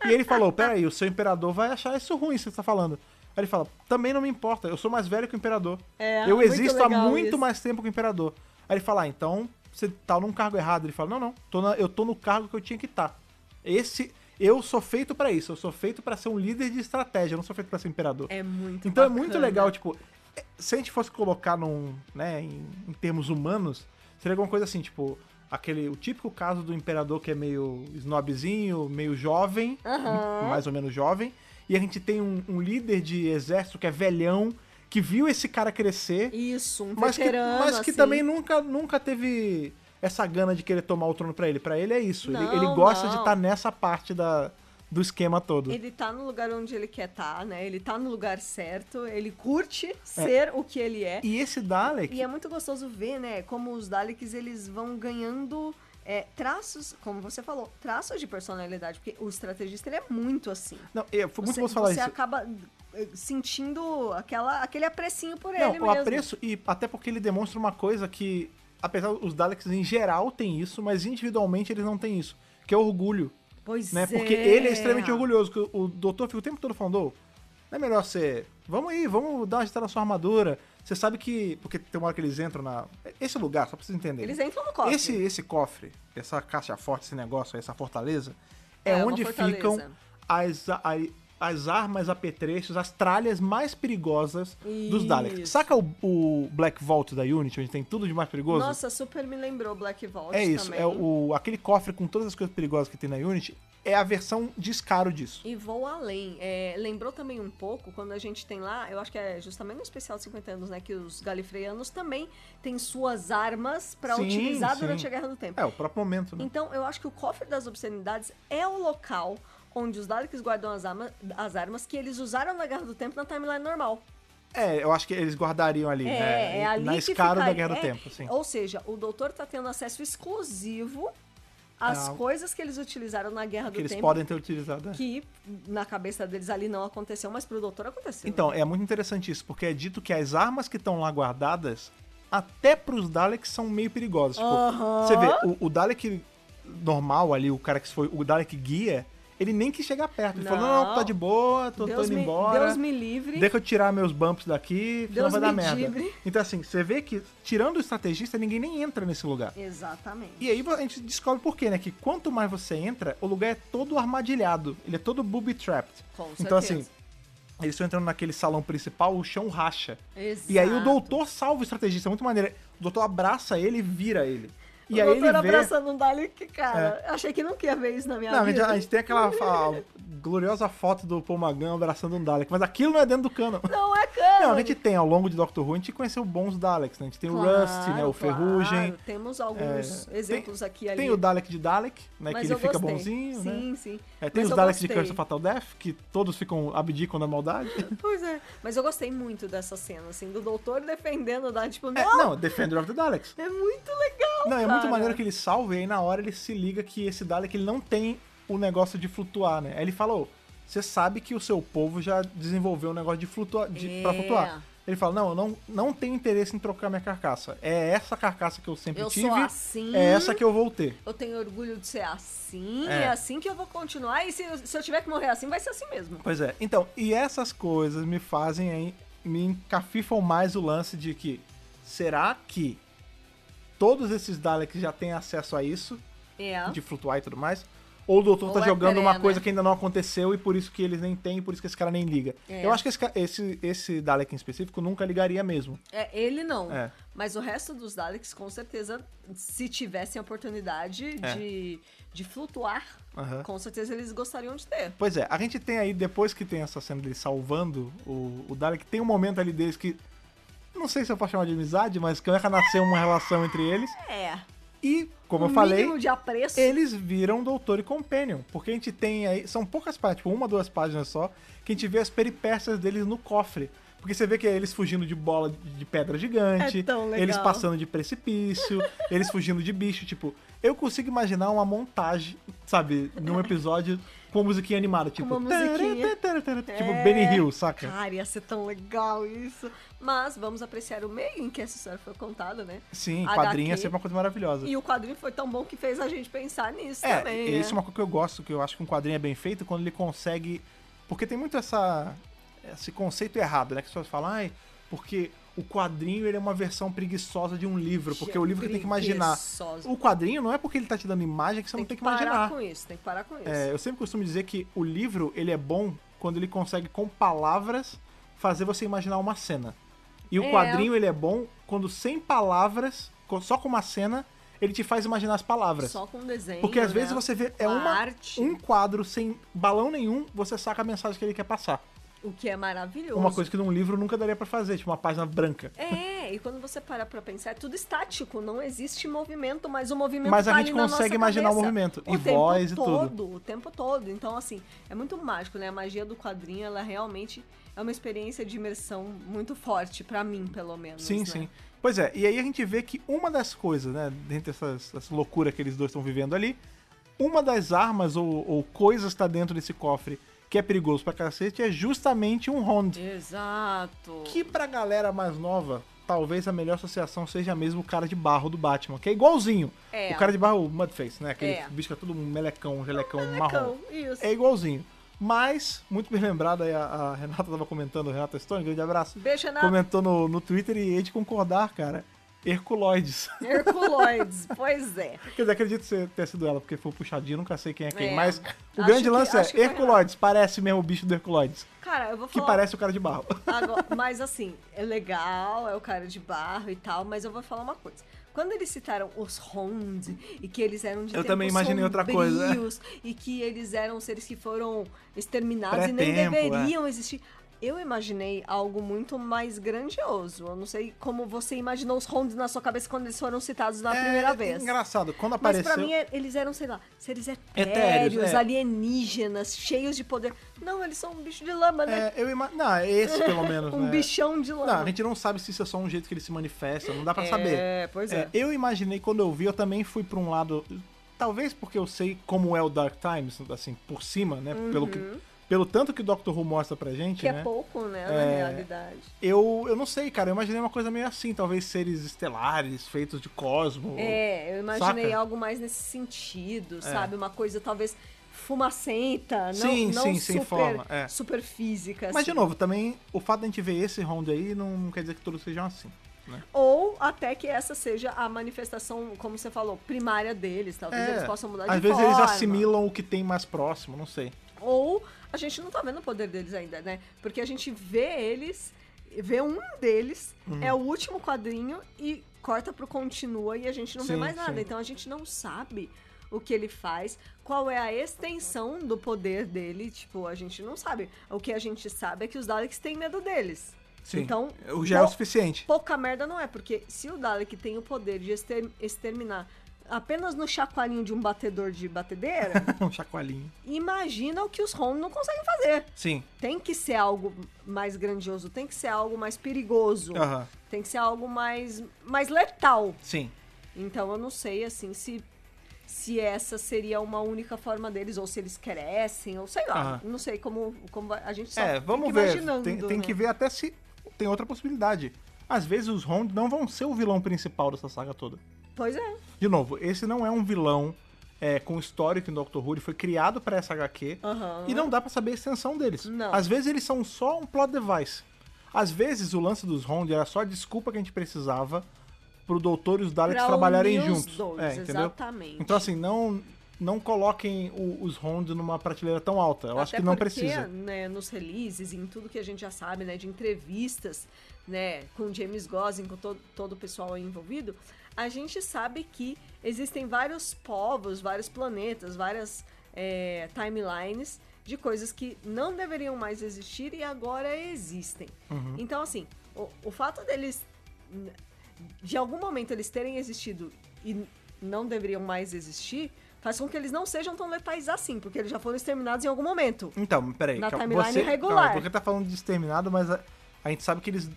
E ele falou, peraí, o seu imperador vai achar isso ruim, você tá falando. Aí ele fala, também não me importa, eu sou mais velho que o imperador.
É,
eu
muito
existo há
legal
muito
isso.
mais tempo que o imperador. Aí ele fala, ah, então você tá num cargo errado. Ele fala, não, não, tô na- eu tô no cargo que eu tinha que estar. Esse, eu sou feito pra isso, eu sou feito pra ser um líder de estratégia, eu não sou feito pra ser imperador.
É muito
Então é
bacana.
muito legal, tipo, é- se a gente fosse colocar num, né, em, em termos humanos, seria alguma coisa assim, tipo, aquele o típico caso do imperador que é meio snobzinho, meio jovem,
Aham.
mais ou menos jovem, e a gente tem um, um líder de exército que é velhão, que viu esse cara crescer,
Isso, um
mas que,
veterano,
mas que
assim.
também nunca, nunca teve essa gana de querer tomar o trono pra ele. Pra ele é isso, ele- ele,
Não,
gosta de
não.
estar nessa parte da, do esquema todo.
Ele tá no lugar onde ele quer estar, né? Ele tá no lugar certo, ele
É.
curte ser o que ele é.
E esse Dalek,
E é muito gostoso ver, né, como os Daleks eles vão ganhando é, traços, como você falou, traços de personalidade, porque o estrategista ele é muito assim.
Não, é, foi muito
você,
bom você falar
você
isso.
acaba eh, sentindo aquela, aquele aprecinho por
Não,
ele
o
mesmo.
apreço, e até porque ele demonstra uma coisa que, apesar os Daleks em geral têm isso, mas individualmente eles não têm isso, que é orgulho,
Pois
né?
é.
Porque ele é extremamente orgulhoso, que o- o doutor fica o tempo todo falando, "Ô, não é melhor você, vamos aí, vamos dar uma agitada na sua armadura, você sabe que, porque tem uma hora que eles entram na, esse lugar, só pra vocês entenderem.
Eles entram no cofre.
Esse, esse cofre, essa caixa forte, esse negócio aí, essa fortaleza, é,
É, uma
onde
fortaleza.
ficam as, a- as armas, apetrechos, as tralhas mais perigosas dos Daleks.
Isso.
Saca o, o Black Vault da Unity, onde tem tudo de mais perigoso?
Nossa, super me lembrou Black Vault
é isso,
também.
é o, aquele cofre com todas as coisas perigosas que tem na Unity, é a versão descaro disso.
E vou além. É, lembrou também um pouco quando a gente tem lá, eu acho que é justamente no especial de 50 anos, né? Que os galifreanos também têm suas armas pra
Sim,
utilizar
sim.
durante a Guerra do Tempo.
É, o próprio momento, né?
Então, eu acho que o cofre das obscenidades é o local onde os Daleks guardam as, arma- as armas que eles usaram na Guerra do Tempo na timeline normal.
É, eu acho que eles guardariam ali,
Então- É,
né?
é ali
na
que
escaro da
ficaria.
Guerra do
É,
Tempo, assim, sim.
Ou seja, o doutor tá tendo acesso exclusivo às
Ah.
coisas que eles utilizaram na Guerra
Que
do
eles
Tempo.
podem ter utilizado. é.
Que na cabeça deles ali não aconteceu, mas pro doutor aconteceu.
Então, é muito interessante isso, porque é dito que as armas que estão lá guardadas, até pros Daleks, são meio perigosas. Tipo,
Aham.
Você vê, o, o Dalek normal ali, o cara que foi. O Dalek guia, Ele nem quis chegar perto. Ele falou,
Não.
não, tá de boa, tô, tô
Deus
indo
me,
embora.
Deus me livre.
Deixa eu tirar meus bumps daqui, senão
Deus
vai dar
me
merda.
livre.
Então, assim, você vê que, tirando o estrategista, ninguém nem entra nesse lugar.
Exatamente.
E aí a gente descobre por quê, né? Que quanto mais você entra, o lugar é todo armadilhado. Ele é todo booby trapped.
Com
então,
certeza.
assim, eles estão entrando naquele salão principal, o chão racha.
Exato.
E aí o doutor salva o estrategista, é muito maneiro. O doutor abraça ele e vira ele. E
o
aí
doutor
ele vê. É.
abraçando um Dalek, cara. Achei que nunca ia ver isso na minha
Não, a gente,
vida.
a gente tem aquela a gloriosa foto do Paul Magan abraçando um Dalek, mas aquilo não é dentro do cano.
Não é cano.
Não, a gente tem, ao longo de Doctor Who, a gente conheceu bons Daleks, né? A gente tem o Rust, né? O Ferrugem.
Temos
é,
alguns exemplos
tem,
aqui e ali.
Tem o Dalek de Dalek, né?
mas
que ele
eu
fica
gostei.
bonzinho, né?
Sim, sim.
É, tem
Mas
os
eu
Daleks de
gostei.
Curse of Fatal Death, que todos ficam abdicam na
[laughs]
maldade.
Pois é. Mas eu gostei muito dessa cena, assim, do doutor defendendo o Dalek, tipo,
É,
não,
não, Defender of the Daleks.
é, muito legal,
Não, é muito
cara.
maneiro que ele salve e aí na hora ele se liga que esse Dalek ele não tem o negócio de flutuar, né? Aí ele fala, ô, você sabe que o seu povo já desenvolveu um negócio de flutuar, de,
É.
pra flutuar. Ele fala, não, eu não, não tenho interesse em trocar minha carcaça. É essa carcaça que eu sempre
Eu
tive,
sou assim.
é essa que eu vou ter.
Eu tenho orgulho de ser assim,
É.
é, assim que eu vou continuar, e se, eu- se eu tiver que morrer assim, vai ser assim mesmo.
Pois é, então, e essas coisas me fazem aí, me encafifam mais o lance de que, será que todos esses Daleks já têm acesso a isso?
É.
de flutuar e tudo mais. Ou o doutor
Ou
tá
é
jogando uma
perena.
coisa que ainda não aconteceu e por isso que eles nem têm, e por isso que esse cara nem liga.
É.
Eu acho que esse, ca- esse, esse Dalek em específico nunca ligaria mesmo.
É, ele não.
É.
Mas o resto dos Daleks, com certeza, se tivessem a oportunidade
É.
de, de flutuar,
Aham.
com certeza eles gostariam de ter.
Pois é, a gente tem aí, depois que tem essa cena dele salvando o, o Dalek, tem um momento ali deles que. Não sei se eu posso chamar de amizade, mas que nasceu uma relação entre eles.
É.
E, como
o
eu falei,
mínimo de apreço.
eles viram Doutor e Companion. Porque a gente tem aí. São poucas páginas, tipo uma, duas páginas só, que a gente vê as peripécias deles no cofre. Porque você vê que é eles fugindo de bola de pedra gigante,
É tão legal.
eles passando de
[laughs]
precipício, eles fugindo de bicho. Tipo, eu consigo imaginar uma montagem, sabe, num episódio com musiquinha animada, tipo.
uma musiquinha.
"Tará, tará, tará", Tipo,
É.
Benny Hill, saca?
Cara, ia ser tão legal isso. Mas vamos apreciar o meio em que essa história foi contada, né?
Sim,
HQ.
quadrinho é sempre uma coisa maravilhosa.
E o quadrinho foi tão bom que fez a gente pensar nisso
É,
também. né?
isso é uma coisa que eu gosto, que eu acho que um quadrinho é bem feito quando ele consegue. Porque tem muito essa, esse conceito errado, né? Que as pessoas falam, ai, porque o quadrinho ele é uma versão preguiçosa de um livro, porque o livro que tem que imaginar.
Preguiçoso.
O quadrinho não é porque ele tá te dando imagem que você
Tem
não tem que,
parar
imaginar.
com isso, tem que parar com isso.
É, eu sempre costumo dizer que o livro ele é bom quando ele consegue com palavras fazer você imaginar uma cena. E o
É.
quadrinho ele é bom quando sem palavras, co- só com uma cena, ele te faz imaginar as palavras.
Só com desenho.
Porque às
né?
vezes você vê é
Com a
uma,
arte.
um quadro sem balão nenhum, você saca a mensagem que ele quer passar.
O que é maravilhoso.
Uma coisa que num livro nunca daria pra fazer, tipo uma página branca.
É, e quando você para pra pensar, é tudo estático, não existe movimento, mas o movimento
Mas a
tá
gente
ali na
consegue
nossa
imaginar o
cabeça
movimento,
o
e
tempo
voz e tudo.
todo, O tempo todo. Então, assim, é muito mágico, né? A magia do quadrinho, ela realmente é uma experiência de imersão muito forte, pra mim, pelo menos.
Sim,
né?
sim. Pois é, e aí a gente vê que uma das coisas, né, dentre essas, essa loucura que eles dois estão vivendo ali, uma das armas ou, ou coisas que está dentro desse cofre que é perigoso pra cacete é justamente um Honda.
Exato.
Que pra galera mais nova, talvez a melhor associação seja mesmo o cara de barro do Batman, que é igualzinho.
É.
O cara de barro, o Mudface, né? Aquele
É.
bicho que é todo um melecão, um gelecão marrom.
Legal, isso.
É igualzinho. Mas, muito bem lembrado, aí a, a Renata tava comentando, Renata Stone, grande abraço.
Beijo, Renato.
Comentou no, no Twitter e hei de concordar, cara. Herculoides. [laughs]
Herculoides, pois é.
Quer dizer, acredito ser- ter sido ela, porque foi um puxadinho, nunca sei quem é quem.
É.
Mas o
Acho
grande
que-
lance
acho que
é
foi
Herculoides, parece mesmo o bicho do Herculoides.
Cara, eu vou
Que
falar.
parece o cara de barro.
Agora- mas assim, é legal, é o cara de barro e tal, mas eu vou falar uma coisa. Quando eles citaram os Hond e que eles eram de
Eu
tempos
também imaginei outra coisa, né?
sombrios, E que eles eram seres que foram exterminados e nem
Pré-tempo, é.
deveriam existir. Eu imaginei algo muito mais grandioso. Eu não sei como você imaginou os Hond na sua cabeça quando eles foram citados na primeira vez.
Engraçado, quando
Mas
É, apareceu.
pra mim, é- eles eram, sei lá, seres
Etéreos,
etéreos,
é.
alienígenas, cheios de poder. Não, eles são um bicho de lama, né?
É, eu ima... Não, esse pelo menos,
um
né?
bichão de lama.
Não, a gente não sabe se isso é só um jeito que ele se manifesta, não dá pra saber.
É, pois é.
É, eu imaginei, quando eu vi, eu também fui pra um lado. Talvez porque eu sei como é o Dark Times, assim, por cima, né? Pelo que. pelo tanto que o Doctor Who mostra pra gente,
Uhum. Que
né?
é pouco, né, na
É.
realidade.
Eu, eu não sei, cara. Eu imaginei uma coisa meio assim, talvez seres estelares, feitos de cosmo.
É, eu imaginei
Saca? É.
algo mais nesse sentido, sabe? Uma coisa talvez fumacenta, não,
Sim,
não
sim,
super,
sem forma, é.
super física.
Mas, de
assim.
novo, também o fato de a gente ver esse round aí não, não quer dizer que todos sejam assim. Né?
Ou até que essa seja a manifestação, como você falou, primária deles. Talvez
É,
eles possam mudar
Às
de
vezes
forma.
eles assimilam o que tem mais próximo, não sei.
Ou a gente não tá vendo o poder deles ainda, né? Porque a gente vê eles, vê um deles,
Uhum.
é o último quadrinho e corta pro continua e a gente não vê
Sim,
mais nada.
sim.
Então a gente não sabe o que ele faz, qual é a extensão do poder dele, tipo, a gente não sabe. O que a gente sabe é que os Daleks têm medo deles.
Sim.
Então,
o já é o
po-
suficiente. [laughs]
pouca merda não é, porque se o Dalek tem o poder de exter- exterminar apenas no chacoalhinho de um batedor de batedeira,
[laughs] um chacoalhinho.
imagina o que os Ron não conseguem fazer.
Sim.
Tem que ser algo mais grandioso, tem que ser algo mais perigoso,
Aham.
tem que ser algo mais, mais letal.
Sim.
Então eu não sei assim se se essa seria uma única forma deles ou se eles crescem ou sei lá,
Aham.
não sei como como vai- a gente só
Ah. É, vamos
fica
ver.
imaginando,
Tem, tem
né?
que ver até se tem outra possibilidade. Às vezes os Rond não vão ser o vilão principal dessa saga toda.
Pois é.
De novo, esse não é um vilão é, com histórico em Doctor Who, ele foi criado pra essa HQ
Aham.
e não dá pra saber a extensão deles.
Não.
Às vezes eles são só um plot device. Às vezes o lance dos Rond era só a desculpa que a gente precisava pro Doutor e os Daleks
Pra
trabalharem
unir os
juntos.
dois,
é, entendeu?
exatamente.
Então assim, não não coloquem o- os Rond numa prateleira tão alta. Eu acho
Até
que não
porque,
precisa.
Né, nos releases, em tudo que a gente já sabe, né, de entrevistas, né, com James Gosling, com to todo o pessoal aí envolvido, a gente sabe que existem vários povos, vários planetas, várias é, timelines de coisas que não deveriam mais existir e agora existem.
Uhum.
Então, assim, o, o fato deles, n- de algum momento eles terem existido e não deveriam mais existir, faz com que eles não sejam tão letais assim, porque eles já foram exterminados em algum momento.
Então, peraí.
Na
calma,
timeline
você,
regular.
calma, porque tá falando de exterminado, mas a, a gente sabe que eles.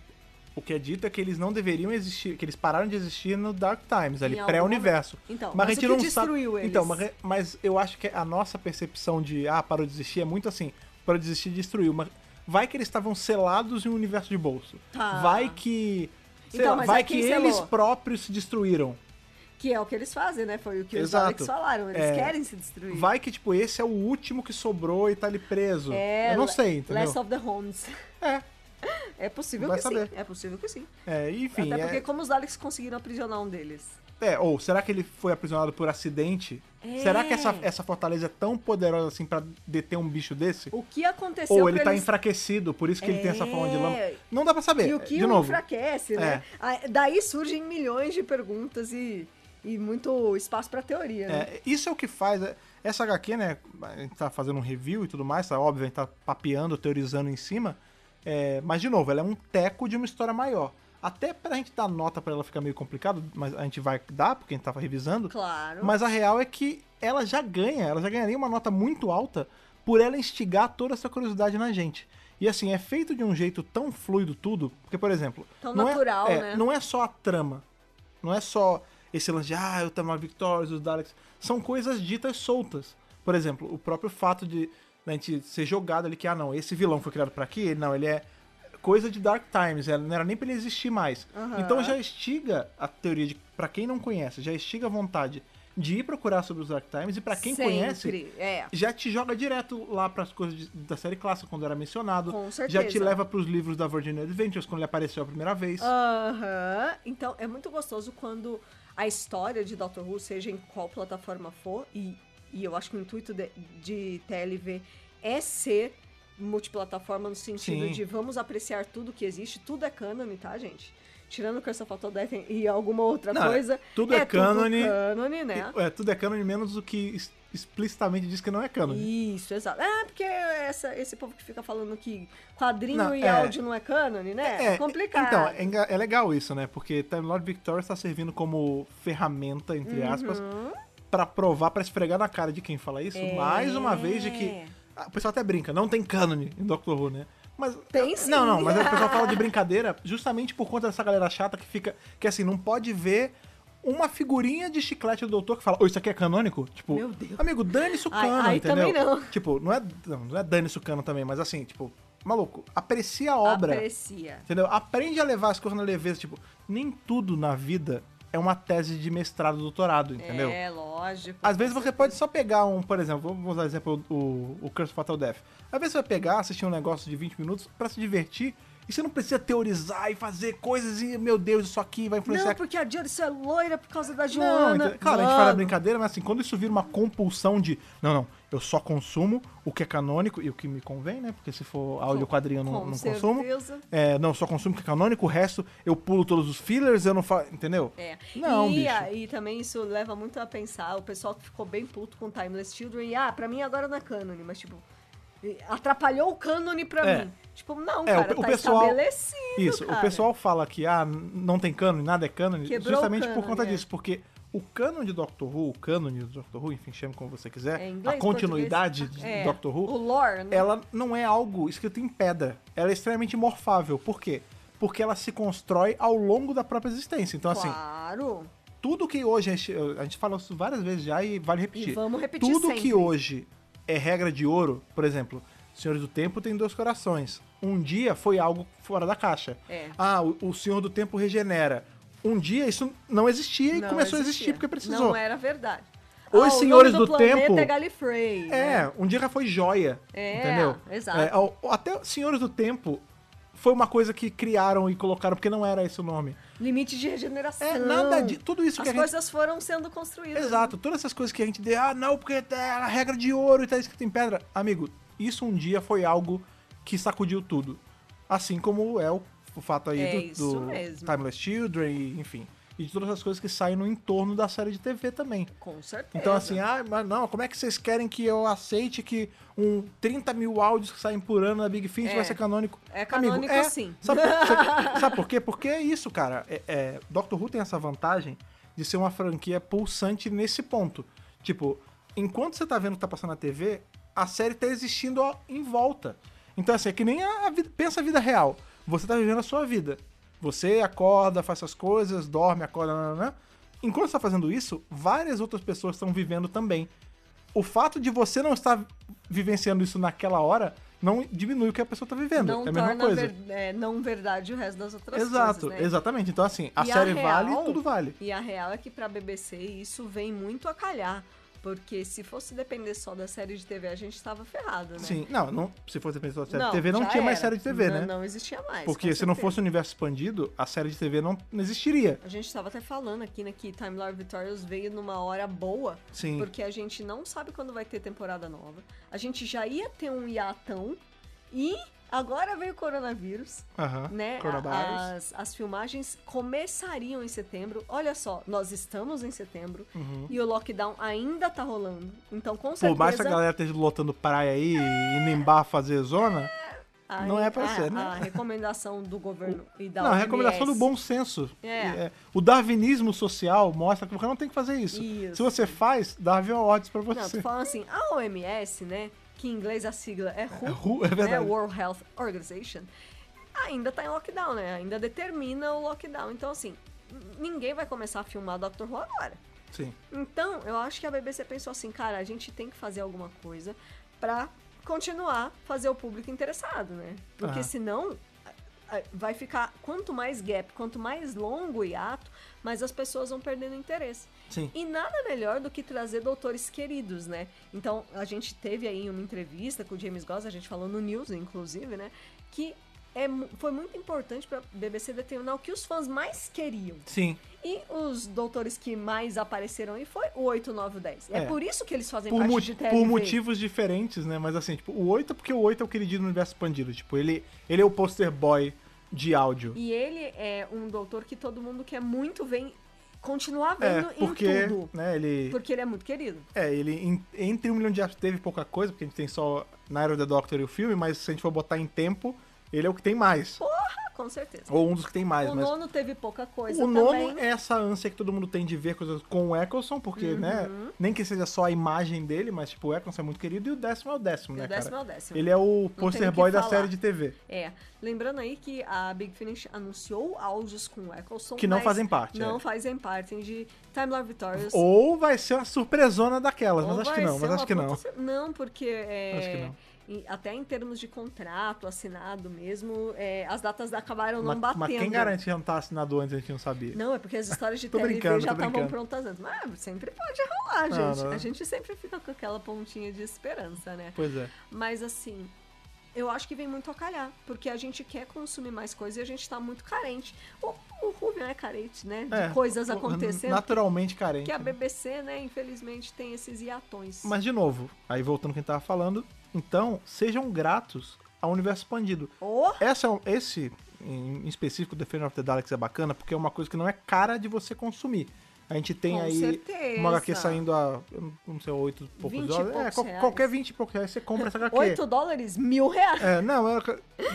O que é dito é que eles não deveriam existir, que eles pararam de existir no Dark Times, ali,
algum
pré-universo.
momento. Então,
a
mas
gente
o que
não sabe-
destruiu eles?
Então, mas, mas eu acho que a nossa percepção de, ah, parou de existir é muito assim, parou de existir destruiu, mas vai que eles estavam selados em um universo de bolso.
Tá.
Vai que... sei
Então,
lá,
mas
vai
é
que
quem selou.
eles próprios se destruíram.
Que é o que eles fazem, né? Foi o que os
Exato.
Alex falaram. Eles
É,
querem se destruir.
Vai que, tipo, esse é o último que sobrou e tá ali preso.
É,
eu não
le-
sei, entendeu?
Last of the Homes.
É,
[laughs] É possível
Vai
que
saber.
sim. É possível que sim.
é, enfim.
Até
é-
porque como os Alex conseguiram aprisionar um deles?
É, ou será que ele foi aprisionado por acidente?
É.
Será que essa, essa fortaleza é tão poderosa assim pra deter um bicho desse?
O que aconteceu
Ou ele
pra
tá
eles...
enfraquecido, por isso que ele tem essa forma de lama?
É.
Não dá pra saber.
E o que
de
o
novo. É.
enfraquece, né? Ah, Daí surgem milhões de perguntas e, e muito espaço pra teoria, né?
É, isso é o que faz. é, Essa HQ, né? A gente tá fazendo um review e tudo mais, tá óbvio, a gente tá papeando, teorizando em cima. é, mas, de novo, ela é um teco de uma história maior. Até pra gente dar nota pra ela ficar meio complicado, mas a gente vai dar, porque a gente tava revisando.
Claro.
Mas a real é que ela já ganha, ela já ganharia uma nota muito alta por ela instigar toda essa curiosidade na gente. E assim, é feito de um jeito tão fluido tudo, porque, por exemplo.
Tão
não é-
natural,
é,
né?
Não é só a trama. Não é só esse lance de, ah, eu tava vitórias, os Daleks. São coisas ditas soltas. Por exemplo, o próprio fato de né, a gente ser jogado ali que, ah, não, esse vilão foi criado pra aqui, ele- não, ele é coisa de Dark Times, ela não era nem pra ele existir mais.
Aham.
Então já instiga a teoria de, pra quem não conhece, já instiga a vontade de ir procurar sobre os Dark Times e pra quem
Sempre.
conhece,
É.
já te joga direto lá pras coisas de- da série clássica quando era mencionado,
Com
já te
certeza.
leva pros livros da Virginia Adventures quando ele apareceu a primeira vez.
Aham. Então, é muito gostoso quando a história de Doctor Who, seja em qual plataforma for, e, e eu acho que o intuito de, de TLV é ser multiplataforma no sentido
Sim.
de vamos apreciar tudo que existe, tudo é cânone, tá, gente? Tirando Curse of Fatal Death e alguma outra
Não,
coisa.
tudo é cânone.
Tudo cânone, né?
É, tudo é cânone, menos o que es- explicitamente diz que não é cânone.
Isso, exato. Ah, porque essa, esse povo que fica falando que quadrinho
Não,
e
é.
áudio não é cânone, né? É, complicado.
Então, é, enga- é legal isso, né? Porque Time Lord Victoria está servindo como ferramenta, entre
Uhum.
aspas, pra provar, pra esfregar na cara de quem fala isso,
É.
mais uma vez, de que. ah, O pessoal até brinca, não tem cânone em Doctor Who, né? Mas.
Tem sim.
Não,
[laughs]
não, mas o pessoal fala de brincadeira justamente por conta dessa galera chata que fica. Que assim, não pode ver uma figurinha de chiclete do doutor que fala, ô, isso aqui é canônico? Tipo,
Meu Deus.
amigo, dane-se o
Ai,
cano,
ai,
entendeu?
também não.
Tipo, não é, não, não é dane-se o cano também, mas assim, tipo, maluco, aprecia a obra.
Aprecia.
Entendeu? Aprende a levar as coisas na leveza. Tipo, nem tudo na vida é uma tese de mestrado, doutorado, entendeu?
É, lógico.
Às vezes você pode só pegar um, por exemplo, vamos usar exemplo o, o Curse of Fatal Death. Às vezes você vai pegar, assistir um negócio de 20 minutos pra se divertir e você não precisa teorizar e fazer coisas e, meu Deus, isso aqui vai influenciar.
Não, porque a Jodie é loira por causa da
assim, "Ah, Não,
Joana.
ente- claro, a gente fala
Mano.
brincadeira, mas assim, quando isso vira uma compulsão de, não, não, eu só consumo o que é canônico e o que me convém, né? Porque se for áudio
Com-
quadrinho eu
com
não, não consumo.
certeza.
É, não, só consumo o que é canônico, o resto eu pulo todos os fillers, eu não faço, entendeu?
É.
Não,
e,
bicho.
a- e também isso leva muito a pensar o pessoal que ficou bem puto com Timeless Children. E, ah, pra mim agora não é cânone, mas tipo, atrapalhou o cânone pra
É.
mim. Tipo, não,
É, o
cara,
pe- o
tá
pessoal-
estabelecido.
Isso,
cara.
o pessoal fala que ah, n- não tem cânone, nada é cânone,
Quebrou
justamente
o cânone,
por conta
é.
disso, porque o cânone de Doctor Who, o cânone do Doctor Who, enfim, chame como você quiser,
É, em
a
inglês,
continuidade
português,
de
é,
Doctor Who,
O lore, né?
ela não é algo escrito em pedra. Ela é extremamente morfável. Por quê? Porque ela se constrói ao longo da própria existência. Então, assim,
Claro.
tudo que hoje a gente, a gente falou isso várias vezes já e vale repetir.
E vamos repetir
tudo
sempre.
que hoje é regra de ouro, por exemplo, Senhor do Tempo tem dois corações. Um dia foi algo fora da caixa.
É.
Ah, o, o Senhor do Tempo regenera. Um dia isso não existia e
Não
começou a
existia.
existir porque precisou.
Não é era verdade.
Os
Ah, o
Senhores
nome
do
do planeta
Tempo-
É Gallifrey. né?
É, um dia já foi joia.
É,
entendeu?
exato.
É, ó, até Senhores do Tempo foi uma coisa que criaram e colocaram, porque não era esse o nome.
Limite de regeneração.
É, nada de. Tudo isso
As
que a gente.
coisas foram sendo construídas.
Exato, todas essas coisas que a gente dê, ah, não, porque é a regra de ouro e tá escrito em pedra. Amigo, isso um dia foi algo que sacudiu tudo. Assim como é o, o fato aí
É
do,
isso
do
mesmo.
Timeless Children, e, enfim. E de todas as coisas que saem no entorno da série de TV também.
Com certeza.
Então, assim, ah, mas não, como é que vocês querem que eu aceite que um 30 mil áudios que saem por ano na Big Finish
É.
vai ser canônico?
É canônico,
Amigo, é.
sim.
Sabe, sabe- sabe por quê? Porque é isso, cara. É, é, Doctor Who tem essa vantagem de ser uma franquia pulsante nesse ponto. Tipo, enquanto você tá vendo o que tá passando na TV, a série tá existindo ó, em volta. Então, assim, é que nem a, a vida. Pensa a vida real. Você tá vivendo a sua vida. Você acorda, faz as coisas, dorme, acorda, nananã. Enquanto você tá fazendo isso, várias outras pessoas estão vivendo também. O fato de você não estar vivenciando isso naquela hora não diminui o que a pessoa tá vivendo.
não
é a mesma
torna
coisa.
ver- é, não verdade o resto das outras
Exato,
coisas. né?
exatamente. Então, assim, a
E a
série
real-
vale, tudo vale.
E a real é que pra BBC isso vem muito a calhar. Porque se fosse depender só da série de TV, a gente tava ferrado, né?
Sim, Assim, não, não, se fosse pensar série
Não,
de TV, não
já
tinha mais
era.
série de TV,
não,
né?
Não existia mais.
Porque
com
se não
certeza.
fosse o universo expandido, a série de TV não, não existiria.
A gente tava até falando aqui, né, que Time Lord Victorious veio numa hora boa.
Sim.
Porque a gente não sabe quando vai ter temporada nova. A gente já ia ter um hiatão. E agora veio o coronavírus.
Aham.
né? a-
Coronavirus.
As, as filmagens começariam em setembro. Olha só, nós estamos em setembro
Uhum.
e o lockdown ainda tá rolando. Então, com certeza.
Por mais que a galera esteja lotando praia aí e indo em bar fazer zona,
a-
não é pra
a-
ser, né?
A recomendação do governo e da
não, a recomendação do
OMS.
bom senso.
É.
O darwinismo social mostra que você não tem que fazer isso.
Isso.
Se você faz, Darwin é odds pra
Não,
você.
tô falando assim, a OMS, né? Que em inglês a sigla é WHO,
É WHO, é
né?
verdade.
World Health Organization, ainda tá em lockdown, né? Ainda determina o lockdown. Então, assim, n- ninguém vai começar a filmar Doctor Who agora.
Sim.
Então, eu acho que a BBC pensou assim, cara, a gente tem que fazer alguma coisa pra continuar fazer o público interessado, né? Porque
Aham.
senão a- a- vai ficar quanto mais gap, quanto mais longo o hiato, mais as pessoas vão perdendo interesse.
Sim.
E nada melhor do que trazer doutores queridos, né? Então, a gente teve aí uma entrevista com o James Goss, a gente falou no News, inclusive, né? Que é, mu- foi muito importante pra BBC determinar o que os fãs mais queriam.
Sim.
E os doutores que mais apareceram aí foi o 8, 9 e 10. É,
É.
por isso que eles fazem
por,
parte
mo-
de TLV.
por motivos diferentes, né? Mas assim, tipo, o 8 é porque o 8 é o queridinho do universo expandido. Tipo, ele, ele é o poster boy de áudio.
E ele é um doutor que todo mundo quer muito ver, continuar
é,
vendo em
porque,
tudo.
né, ele...
Porque ele é muito querido.
É, ele em- entre um milhão de atos teve pouca coisa, porque a gente tem só Night of the Doctor e o filme, mas se a gente for botar em tempo, ele é o que tem mais.
Porra, Ah, com certeza.
Ou um dos que tem mais,
o
mas.
nono teve pouca coisa
O
também.
nono é essa ânsia que todo mundo tem de ver coisas com o Eccleston, porque, né,
Uhum.
nem que seja só a imagem dele, mas, tipo, o Eccleston é muito querido e o décimo é o décimo,
E
né,
o décimo
cara?
é o décimo.
Ele é o
o
poster
que
boy da
falar.
série de TV.
É, lembrando aí que a Big Finish anunciou áudios com o Eccleston.
Que não
mas
fazem parte,
Não
é.
fazem parte de Time Lord Victorious.
Ou vai ser uma surpresona daquelas, mas
Ou
acho que
vai
não,
ser
mas
uma
acho que não.
puta sur- Não, porque é,
Acho que não.
em- até em termos de contrato assinado mesmo, é, as datas acabaram
Mas,
não batendo.
mas quem garante que não tá assinado antes, a gente não sabia.
Não, é porque as histórias
[laughs]
de
Tô
TLV
brincando,
já
tô
estavam
brincando.
prontas antes. Mas sempre pode rolar,
Não,
gente.
não.
A gente sempre fica com aquela pontinha de esperança, né?
Pois é.
Mas assim, eu acho que vem muito a calhar, porque a gente quer consumir mais coisas e a gente tá muito carente. O, o Rubio é carente, né? De
É,
coisas
o-
acontecendo.
Naturalmente carente.
Que a
né?
BBC, né, infelizmente, tem esses hiatões.
Mas de novo, aí voltando ao que a gente tava falando, então sejam gratos ao universo expandido.
Oh,
Essa, é um- esse, em em específico, Defender of the Daleks é bacana porque é uma coisa que não é cara de você consumir. A gente tem
Com
aí
certeza.
uma HQ saindo a, eu não- não sei, 8 e poucos
20 e
dólares. é,
poucos
qual-
reais.
qualquer 20 e poucos reais você compra essa HQ.
8 dólares? Mil reais.
É, não, é,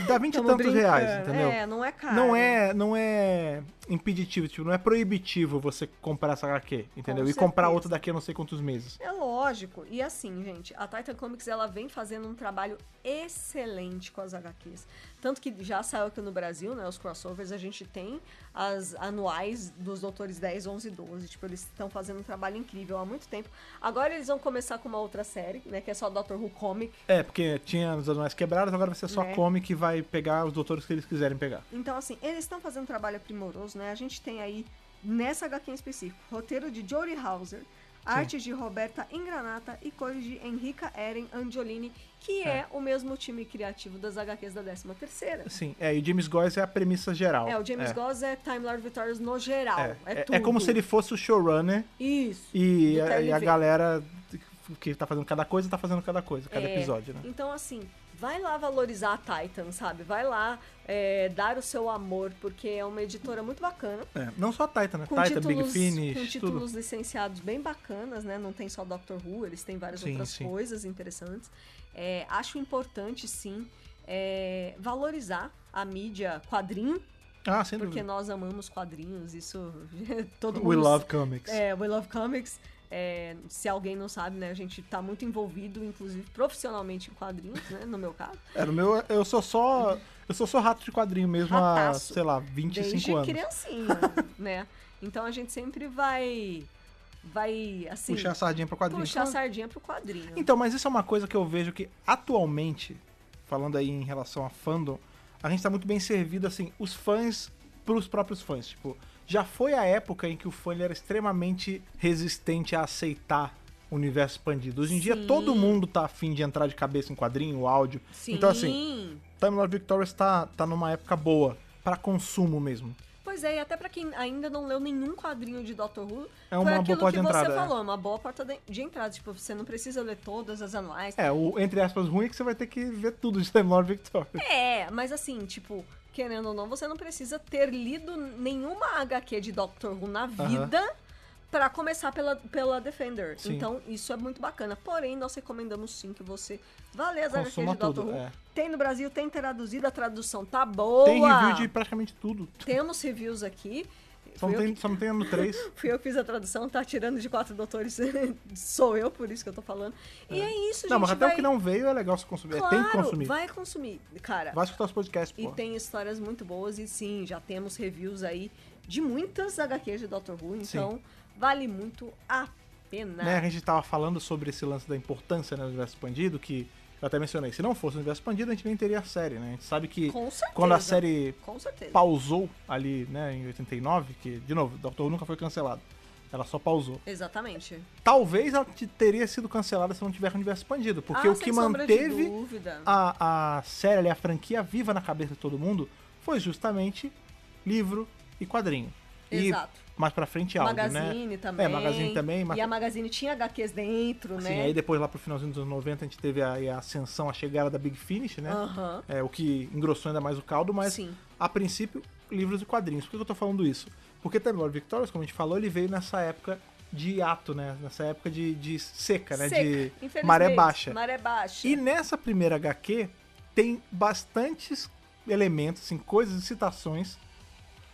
dá 20 e
Tamo
tantos
brincando.
reais, entendeu?
É, não é caro.
não é, não é impeditivo, tipo, não é proibitivo você comprar essa HQ, entendeu? e comprar
certeza.
outra daqui a não sei quantos meses.
É lógico. E assim, gente, a Titan Comics ela vem fazendo um trabalho excelente com as HQs. Tanto que já saiu aqui no Brasil, né? Os crossovers, a gente tem as anuais dos Doutores 10, 11 e 12. Tipo, eles estão fazendo um trabalho incrível há muito tempo. Agora eles vão começar com uma outra série, né? Que é só Doctor Who Comic.
É, porque tinha os anuais quebrados, agora vai ser só
Né?
comic e vai pegar os doutores que eles quiserem pegar.
Então, assim, eles estão fazendo um trabalho primoroso, né? A gente tem aí, nessa HQ em específico, roteiro de Jody Hauser, artes de Roberta Ingranata e cores de Henrica Eren Angiolini, que é. o mesmo time criativo das HQs da 13 terceira.
Sim, é, e o James Goyce é a premissa geral.
É, o James Goss é Time Lord Victorious no geral.
É,
É,
é,
tudo.
é como se ele fosse o showrunner
Isso.
e
Do
a, e a
TLV.
galera que tá fazendo cada coisa, tá fazendo cada coisa, cada
É,
episódio, né?
Então, assim, vai lá valorizar a Titan, sabe? Vai lá é, dar o seu amor, porque é uma editora muito bacana.
É, não só a Titan, né?
com
Titan, Big
títulos, com
Finish, tudo.
títulos licenciados bem bacanas, né? Não tem só Doctor Who, eles têm várias
Sim,
outras
sim.
coisas interessantes. É, acho importante, sim, é, valorizar a mídia quadrinho,
Ah, sem
porque
dúvida.
nós amamos quadrinhos, isso [laughs] todo mundo...
We love comics.
É, We Love Comics. É, se alguém não sabe, né? A gente tá muito envolvido, inclusive profissionalmente em quadrinhos, né? No
[laughs]
meu caso.
Era o meu, eu sou só. Eu sou só rato de quadrinho mesmo há,
Rataço.
sei lá, 25
desde
anos. [laughs]
criancinha, né? Então a gente sempre vai... Vai, assim...
Puxar a sardinha pra quadrinho.
puxar a
Claro.
sardinha pro quadrinho.
Então, mas isso é uma coisa que eu vejo que atualmente, falando aí em relação a fandom, a gente tá muito bem servido, assim, os fãs pros próprios fãs. Tipo, já foi a época em que o fã ele era extremamente resistente a aceitar o universo expandido. Hoje em dia
Sim.
todo mundo tá afim de entrar de cabeça em quadrinho, áudio.
Sim.
Então, assim, Time Lord Victorious tá, tá numa época boa pra consumo mesmo.
Pois é, e até pra quem ainda não leu nenhum quadrinho de Doctor Who,
É uma
foi
boa
aquilo
porta
que
de
você
entrada, é.
falou, é uma boa porta de, de entrada. Tipo, você não precisa ler todas as anuais.
É, o entre aspas ruim é que você vai ter que ver tudo de Time Lord Victorious.
É, mas assim, tipo, querendo ou não, você não precisa ter lido nenhuma HQ de Doctor Who na vida. Pra começar pela, pela Defender.
Sim.
Então, isso é muito bacana. Porém, nós recomendamos sim que você vá ler as
Consuma
HQs de Doctor
tudo,
Who.
é.
Tem no Brasil, tem traduzido, a tradução tá boa.
Tem review de praticamente tudo.
Temos reviews aqui.
Só não
Fui eu
Então tem, só não tem ano 3.
Fui eu que fiz a tradução, tá tirando de quatro doutores. [laughs] Sou eu, por isso que eu tô falando. E é isso, gente.
Não, mas até
vai...
o que não veio é legal se consumir.
claro,
é, tem que consumir. Vai,
Vai consumir, cara.
escutar os podcasts,
E
pô.
tem histórias muito boas, e sim, já temos reviews aí de muitas HQs de Doctor Who, então vale muito a pena.
Né, a gente tava falando sobre esse lance da importância né, do universo expandido, que eu até mencionei. Se não fosse o universo expandido, a gente nem teria a série, né? A gente sabe que
Com certeza.
quando a série
Com certeza.
pausou ali, né, em 89, que, de novo, Doctor Who nunca foi cancelado. Ela só pausou.
Exatamente.
Talvez ela te- teria sido cancelada se não tivesse o universo expandido, porque
Ah,
o que
sem sombra de
manteve
dúvida.
a, a série, ali, a franquia viva na cabeça de todo mundo foi justamente livro e quadrinho. E
Exato.
mais pra frente áudio,
Magazine
né?
também.
É, Magazine também. Mas...
E a Magazine tinha HQs dentro,
Sim,
né?
aí depois lá pro finalzinho dos anos 90 a gente teve a, a ascensão, a chegada da Big Finish, né?
Aham.
É, o que engrossou ainda mais o caldo, mas
Sim.
a princípio, livros e quadrinhos. Por que eu tô falando isso? Porque Time Lord Victorious, como a gente falou, ele veio nessa época de ato, né? Nessa época de, de seca, né?
Seca,
de
infelizmente.
maré baixa.
Maré baixa.
E nessa primeira HQ tem bastantes elementos, assim, coisas, citações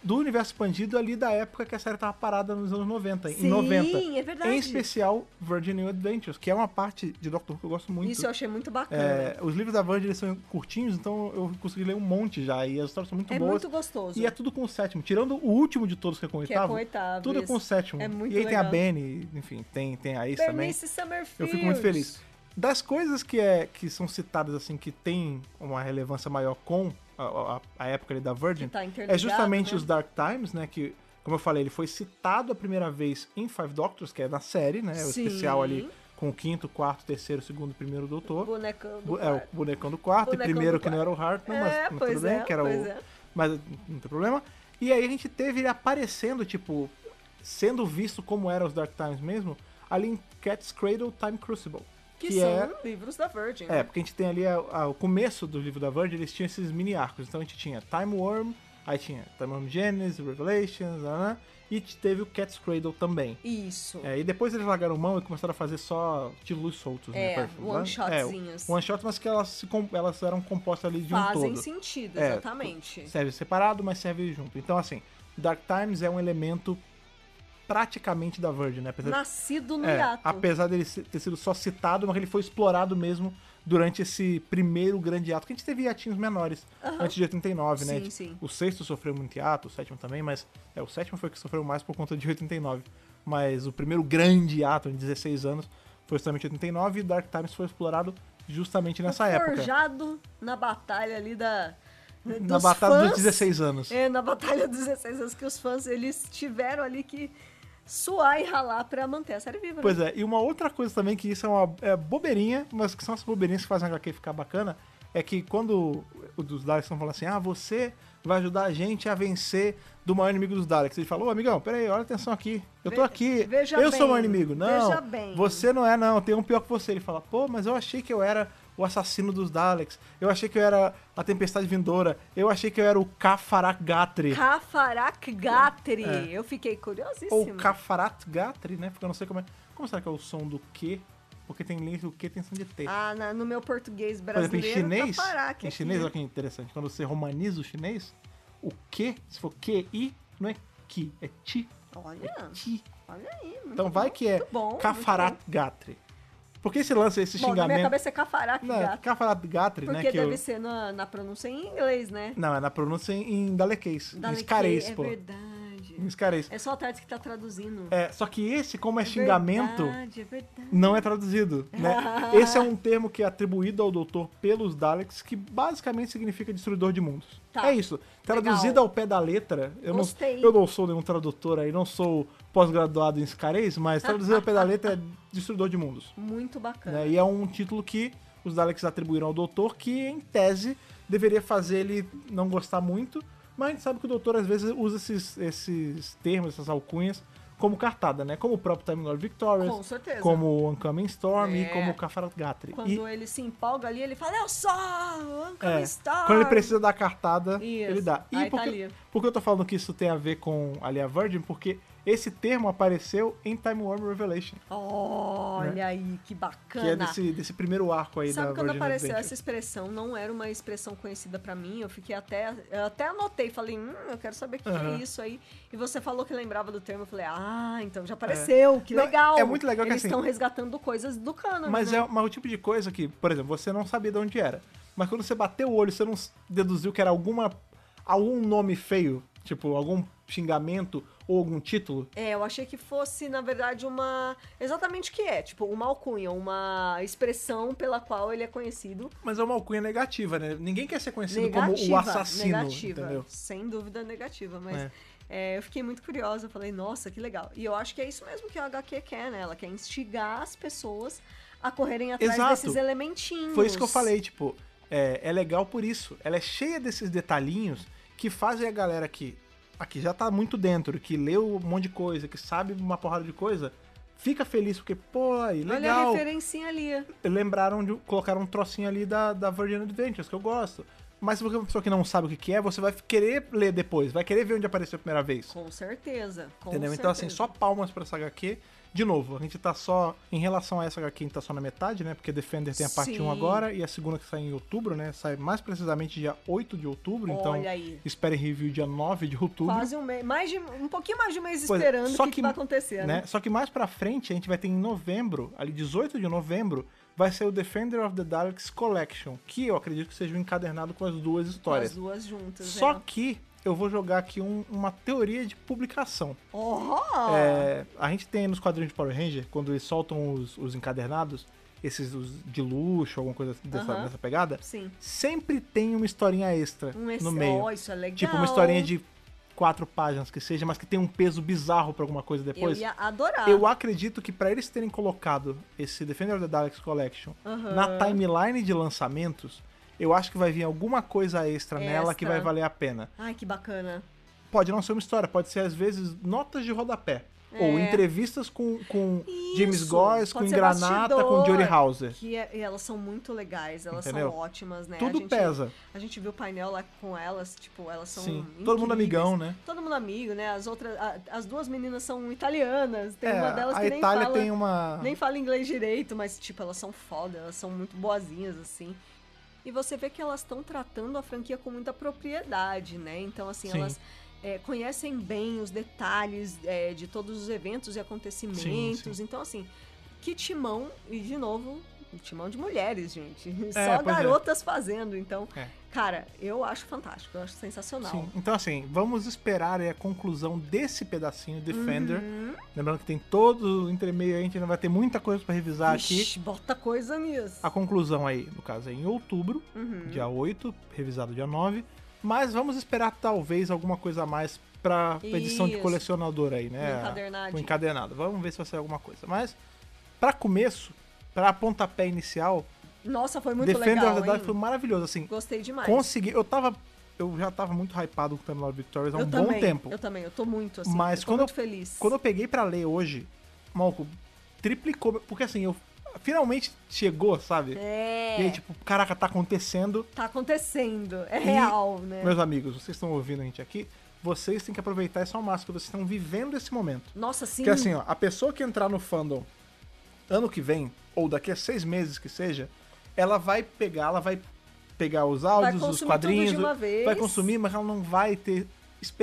do universo expandido ali da época que a série tava parada nos anos 90.
Sim,
em 90.
é verdade.
Em especial Virgin New Adventures, que é uma parte de Doctor Who que eu gosto muito.
Isso eu achei muito bacana.
É, os livros da Virgin eles são curtinhos, então eu consegui ler um monte já. E as histórias são muito
É,
boas.
muito gostoso.
E é tudo com o sétimo. Tirando o último de todos, que é com o
Que é
oitavo.
com o oitavo,
tudo é com o
isso.
sétimo.
É muito
e aí tem a
legal.
Benny, enfim, tem, tem a Ace também.
Bernice Summerfield.
Eu fico muito feliz. Das coisas que, é, que são citadas, assim, que tem uma relevância maior com a, a- a época ali da Virgin,
Que tá interligado,
é justamente
né?
os Dark Times, né? Que, como eu falei, ele foi citado a primeira vez em Five Doctors, que é na série, né? O
Sim.
especial ali com o quinto, quarto, terceiro, segundo, primeiro doutor.
Bonecão do
Bu- É, o
quarto.
bonecão do quarto,
Bonecão
e primeiro
do
que não era o Hartman, mas,
É,
mas tudo
pois
bem,
é,
que era
pois
o.
é.
Mas não tem problema. E aí a gente teve ele aparecendo, tipo, sendo visto como era os Dark Times mesmo, ali em Cat's Cradle Time Crucible.
Que,
que
são
é-
livros da Virgin.
É, porque a gente tem ali a- a- o começo do livro da Verge, eles tinham esses mini arcos. Então a gente tinha Time Worm, aí tinha Time Worm Genesis, Revelations, né? e t- teve o Cat's Cradle também.
Isso.
É, e depois eles largaram mão e começaram a fazer só de luz soltos, né?
É,
perfil, né?
one-shotzinhos.
É, one shot, mas que elas, se com- elas eram compostas ali de um
Fazem
todo.
sentido,
É,
exatamente.
Serve separado, mas serve junto. Então, assim, Dark Times é um elemento praticamente da Verge, né? Apesar de
Nascido no
é,
um hiato.
apesar dele se- ter sido só citado, mas ele foi explorado mesmo durante esse primeiro grande ato, que a gente teve hiatinhos menores, antes de 89, né?
Sim,
A gente-
sim.
O sexto sofreu muito hiato, o sétimo também, mas é, o sétimo foi o que sofreu mais por conta de 89. Mas o primeiro grande ato, em 16 anos, foi justamente 89, e Dark Times foi explorado justamente nessa época.
Forjado na batalha ali da.
Na
dos
batalha
fãs.
dos 16 anos.
É, na batalha dos 16 anos que os fãs eles tiveram ali que suar e ralar pra manter a série viva. né?
Pois é, e uma outra coisa também, que isso é uma é bobeirinha, mas que são as bobeirinhas que fazem a HQ ficar bacana, é que quando o dos Daleks estão falando assim, ah, você vai ajudar a gente a vencer do maior inimigo dos Daleks. Ele falou, ô amigão, peraí, olha a atenção aqui. Eu tô
Ve-
aqui,
veja
eu sou o
bem,
maior inimigo. Não,
veja bem.
você não é não, tem um pior que você. Ele fala, pô, mas eu achei que eu era o assassino dos Daleks, eu achei que eu era a Tempestade Vindoura, eu achei que eu era o Kafarak Gatri.
Kafarak Gatri. Eu fiquei curiosíssima.
É. Ou Kafarat Gatri, né? Porque eu não sei como é. Como será que é o som do Q? Porque tem linha do Q tem som de T.
Ah, na- no meu português
Por exemplo, em
brasileiro,
chinês.
Kafarak.
Em
aqui.
chinês, olha que interessante. Quando você romaniza o chinês, o Q, se for QI, não é Ki, é Ti.
Olha,
Ti.
olha aí. Ah, muito
Então vai
bom,
que é
muito bom, muito
Kafarat Gatri. Por que esse lance, esse
Bom, na minha
xingamento?
cabeça é Kafarak
Não,
Gatri.
Kafarat Gatri, né?
Porque
que eu-
deve ser na, na pronúncia em inglês, né?
Não, é na pronúncia em, em dalequês. Em
Daleque,
escarês,
é
pô.
verdade.
Em escarês.
É só a Tati que tá traduzindo.
É, só que esse, como é, xingamento.
Verdade, é verdade.
não é traduzido, né?
[laughs]
Esse é um termo que é atribuído ao doutor pelos Daleks, que basicamente significa destruidor de mundos.
Tá.
É isso. Traduzido
Legal.
ao pé da letra, eu não,
Gostei.
eu não sou nenhum tradutor aí, não sou pós-graduado em escarês, mas traduzido ao pé da letra é destruidor de mundos.
Muito bacana.
né? E é um título que os Daleks atribuíram ao doutor, que em tese deveria fazer ele não gostar muito, mas a gente sabe que o doutor às vezes usa esses, esses termos, essas alcunhas, como cartada, né? Como o próprio Time Lord Victorious,
Com certeza.
como o Oncoming Storm e
É.
como o Kafarat Gatri.
Quando
E,
ele se empolga ali, ele fala, eu sou o Uncle
é,
Star.
quando ele precisa dar a cartada,
Isso.
ele dá. E
Aí
por,
tá
que,
ali.
por que eu tô falando que isso tem a ver com ali a Virgin? Porque esse termo apareceu em Time Warp Revelation,
Olha aí, que bacana.
Né? que é desse, né, desse primeiro arco aí
Sabe
da
quando
Virgin
apareceu
Adventure.
essa expressão? Não era uma expressão conhecida pra mim. Eu fiquei até. Eu até anotei, falei, hum, eu quero saber o que, que
Aham.
é isso aí. E você falou que lembrava do termo. Eu falei, ah, então já apareceu, que
É. Não,
legal.
é muito legal que
Eles
assim-
estão resgatando coisas do né? cano.
Mas é uma- o tipo de coisa que, por exemplo, você não sabia de onde era. Mas quando você bateu o olho, você não s- deduziu que era alguma algum nome feio, tipo algum xingamento ou algum título.
É, eu achei que fosse, na verdade, uma. Exatamente o que é, tipo, uma alcunha, uma expressão pela qual ele é conhecido.
Mas é uma alcunha negativa, né? Ninguém quer ser conhecido como o
Negativa.
assassino,
negativa.
entendeu?
Sem dúvida negativa, mas.
É.
é, eu fiquei muito curiosa, eu falei, nossa, que legal. E eu acho que é isso mesmo que a HQ quer, né? Ela quer instigar as pessoas a correrem atrás
Exato.
desses elementinhos.
Foi isso que eu falei, tipo, é, é legal por isso. Ela é cheia desses detalhinhos que fazem a galera que aqui já tá muito dentro, que leu um monte de coisa, que sabe uma porrada de coisa, fica feliz porque, pô, aí,
Olha a
legal.
referencinha ali.
lembraram de colocar um trocinho ali da, da Virgin Adventures, que eu gosto. Mas se você é uma pessoa que não sabe o que que é, você vai querer ler depois, vai querer ver onde apareceu a primeira vez.
Com certeza. Com
entendeu? Então, assim,
certeza.
só palmas pra essa HQ. De novo, a gente tá só. Em relação a essa HQ, a gente tá só na metade, né? Porque Defender tem a parte
Sim.
1 agora e a segunda que sai em outubro, né? Sai mais precisamente dia 8 de outubro, então
Olha aí.
esperem review dia 9 de outubro.
Quase um mês, mais de, um pouquinho mais de um mês
Pois é,
esperando o
só
que, que vai acontecer, né?
né? Só que mais pra frente, a gente vai ter em novembro, ali 18 de novembro, vai ser o Defender of the Daleks Collection, que eu acredito que seja um encadernado com as duas
Com As
histórias.
duas juntas,
Só
né?
que eu vou jogar aqui um- uma teoria de publicação.
Oh!
É, a gente tem nos quadrinhos de Power Ranger, quando eles soltam os, os encadernados, esses os de luxo, alguma coisa assim dessa,
Aham.
dessa pegada,
Sim.
sempre tem uma historinha extra
Um ex-
no meio.
Oh, isso é legal.
Tipo, uma historinha de quatro páginas que seja, mas que tem um peso bizarro pra alguma coisa
Eu
depois.
ia adorar.
Eu acredito que pra eles terem colocado esse Defender of the Daleks Collection
Aham.
na timeline de lançamentos, eu acho que vai vir alguma coisa extra nela que
Extra.
vai valer a pena.
Ai, que bacana.
Pode não ser uma história, pode ser às vezes notas de rodapé.
É.
Ou entrevistas com, com
Isso,
James Goss, com
pode ser
Granata, com
bastidor.
Jody Hauser.
Que é- e elas são muito legais, elas
Entendeu?
são ótimas, né?
Tudo
a gente,
pesa.
A gente viu o painel lá com elas, tipo, elas são.
Sim.
incríveis.
Todo mundo amigão, né?
Todo mundo amigo, né? As outras. a- as duas meninas são italianas. Tem uma delas
É, a
que nem
Itália
fala.
tem uma.
Nem fala inglês direito, mas, tipo, elas são foda, elas são muito boazinhas, assim. E você vê que elas estão tratando a franquia com muita propriedade, né? Então, assim,
Sim.
elas é, conhecem bem os detalhes é, de todos os eventos e acontecimentos.
Sim, sim.
Então, assim, que timão, e de novo, um timão de mulheres, gente. [laughs]
É,
Só
pois é.
garotas fazendo. Então,
É.
cara, eu acho fantástico, eu acho sensacional.
Sim. Então, assim, vamos esperar aí a conclusão desse pedacinho, Defender.
Uhum.
Lembrando que tem todo o entremeio aí, a gente ainda vai ter muita coisa pra revisar aqui.
Ixi, bota coisa nisso.
A conclusão aí, no caso, é em outubro,
Uhum.
dia 8, revisado dia 9. Mas vamos esperar talvez alguma coisa a mais pra edição de
Isso.
colecionador aí, né?
Um encadernadinho.
Um encadernado. Vamos ver se vai sair alguma coisa. Mas, pra começo, pra pontapé inicial,
Nossa, foi muito
Defender
legal,
of the Dark
hein?
foi maravilhoso. Assim,
Gostei demais.
consegui. Eu tava. Eu já tava muito hypado com o Terminal Victorious há um
eu
bom
também,
tempo.
Eu também, eu tô muito assim.
Mas
eu tô
quando
muito
eu-
feliz.
Quando eu peguei pra ler hoje, maluco, triplicou. Porque assim, eu finalmente chegou, sabe?
É.
E aí, tipo, caraca, tá acontecendo.
Tá acontecendo. É real, né?
Meus amigos, vocês estão ouvindo a gente aqui, vocês têm que aproveitar isso ao máximo, que vocês estão vivendo esse momento.
Nossa, sim.
Porque assim, ó, a pessoa que entrar no fandom ano que vem, ou daqui a seis meses que seja, ela vai pegar, ela vai pegar os áudios, os
consumir
quadrinhos,
tudo de uma vez.
vai consumir, mas ela não vai ter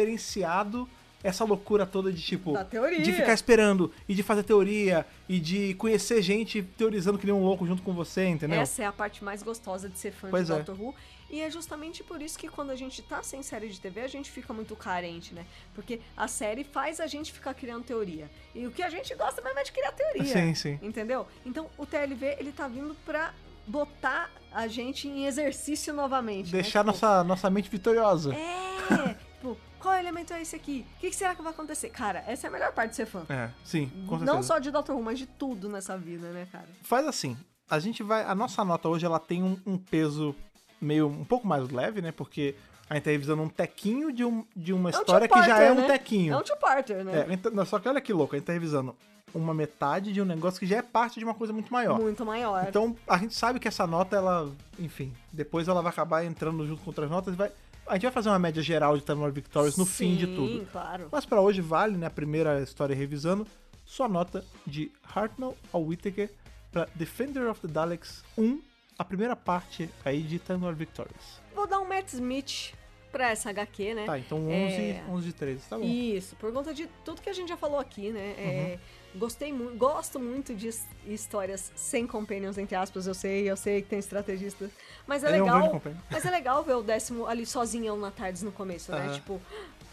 experienciado essa loucura toda de tipo
Da teoria.
de ficar esperando e de fazer teoria e de conhecer gente teorizando que nem um louco junto com você, entendeu?
Essa é a parte mais gostosa de ser fã
né? Pois
de
é.
Doctor Who. E é justamente por isso que quando a gente tá sem série de TV, a gente fica muito carente, né? Porque a série faz a gente ficar criando teoria. E o que a gente gosta mesmo é de criar teoria.
Sim, sim.
Entendeu? Então o TLV, ele tá vindo pra botar a gente em exercício novamente. né?
Deixar
Tipo,
nossa nossa mente vitoriosa.
É, tipo, qual elemento é esse aqui? O que, que será que vai acontecer? Cara, essa é a melhor parte de ser fã.
É, sim, com certeza.
Não só de Doctor Who, mas de tudo nessa vida, né, cara?
faz assim, a gente vai, a nossa nota hoje ela tem um, um peso meio um pouco mais leve, né? Porque a gente tá revisando um tequinho de, um, de uma
É um
história que
two-parter,
já é um
né?
tequinho.
É um two-parter, né?
É, então- não, só que olha que louco, a gente tá revisando uma metade de um negócio que já é parte de uma coisa muito maior.
Muito maior.
Então a gente sabe que essa nota ela, enfim, depois ela vai acabar entrando junto com outras notas e vai a gente vai fazer uma média geral de Terminal Victorious no fim de
Sim,
tudo.
claro.
Mas pra hoje vale, né? A primeira história revisando. Sua nota de Hartnell ao Whittaker pra Defender of the Daleks 1, a primeira parte aí de Terminal Victorious.
Vou dar um Matt Smith pra essa HQ, né?
Tá, então 11,
É.
11 de 13, tá bom.
Isso, por conta de tudo que a gente já falou aqui, né? É,
Uhum.
gostei muito, gosto muito de his- histórias sem companions, entre aspas, eu sei, eu sei que tem estrategistas. Mas é
Ele é um
legal.
grande companion.
mas é legal ver o décimo ali sozinho na tardes no começo, né?
Aham.
Tipo,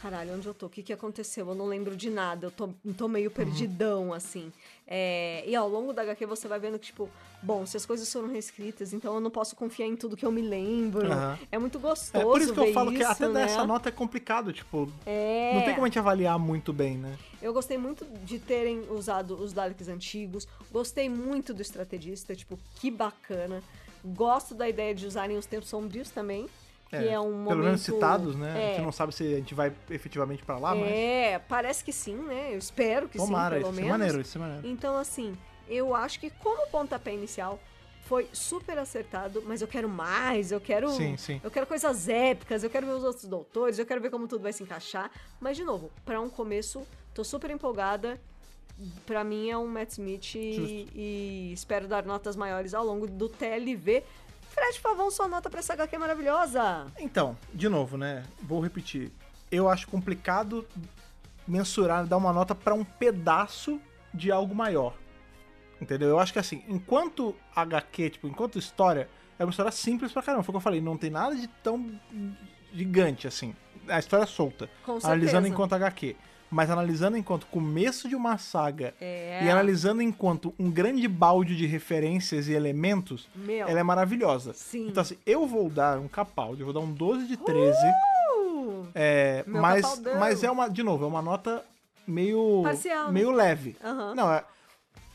caralho, onde eu tô? O que, que aconteceu? Eu não lembro de nada, eu tô, tô
Uhum.
meio perdidão, assim. É, e ao longo da HQ você vai vendo que, tipo, bom, se as coisas foram reescritas, então eu não posso confiar em tudo que eu me lembro.
Aham.
É muito gostoso.
É por isso que eu
ver
falo que até
isso,
dar
né?
essa nota é complicado, tipo,
É.
não tem como a gente avaliar muito bem, né?
Eu gostei muito de terem usado os Daleks antigos. Gostei muito do estrategista, tipo, que bacana. Gosto da ideia de usarem os tempos sombrios também, que é, um momento...
Pelo menos citados, né? A
É,
gente não sabe se a gente vai efetivamente pra lá, mas
é, parece que sim, né? Eu espero que
tomara,
sim, pelo
isso é
menos.
maneiro, isso é maneiro.
Então, assim, eu acho que como pontapé inicial foi super acertado, mas eu quero mais, eu quero.
Sim, sim.
Eu quero coisas épicas, eu quero ver os outros doutores, eu quero ver como tudo vai se encaixar. Mas, de novo, pra um começo, tô super empolgada. Pra mim é um Matt Smith e, e espero dar notas maiores ao longo do TLV. Fred Pavão, sua nota pra essa HQ maravilhosa.
Então, de novo, né? Vou repetir. Eu acho complicado mensurar, dar uma nota pra um pedaço de algo maior. Entendeu? Eu acho que assim, enquanto HQ, tipo, enquanto história, é uma história simples pra caramba. Foi o que eu falei, não tem nada de tão gigante assim. A história é solta.
Com
analisando
certeza.
enquanto HQ. Mas analisando enquanto começo de uma saga
É.
e analisando enquanto um grande balde de referências e elementos,
Meu.
ela é maravilhosa.
Sim.
Então assim, eu vou dar um Capaldi, eu vou dar um 12 de 13.
Uh!
É,
Meu
mas,
Capaldão.
mas é uma, de novo, é uma nota meio.
Parcial, né?
meio leve.
Aham.
Não, é-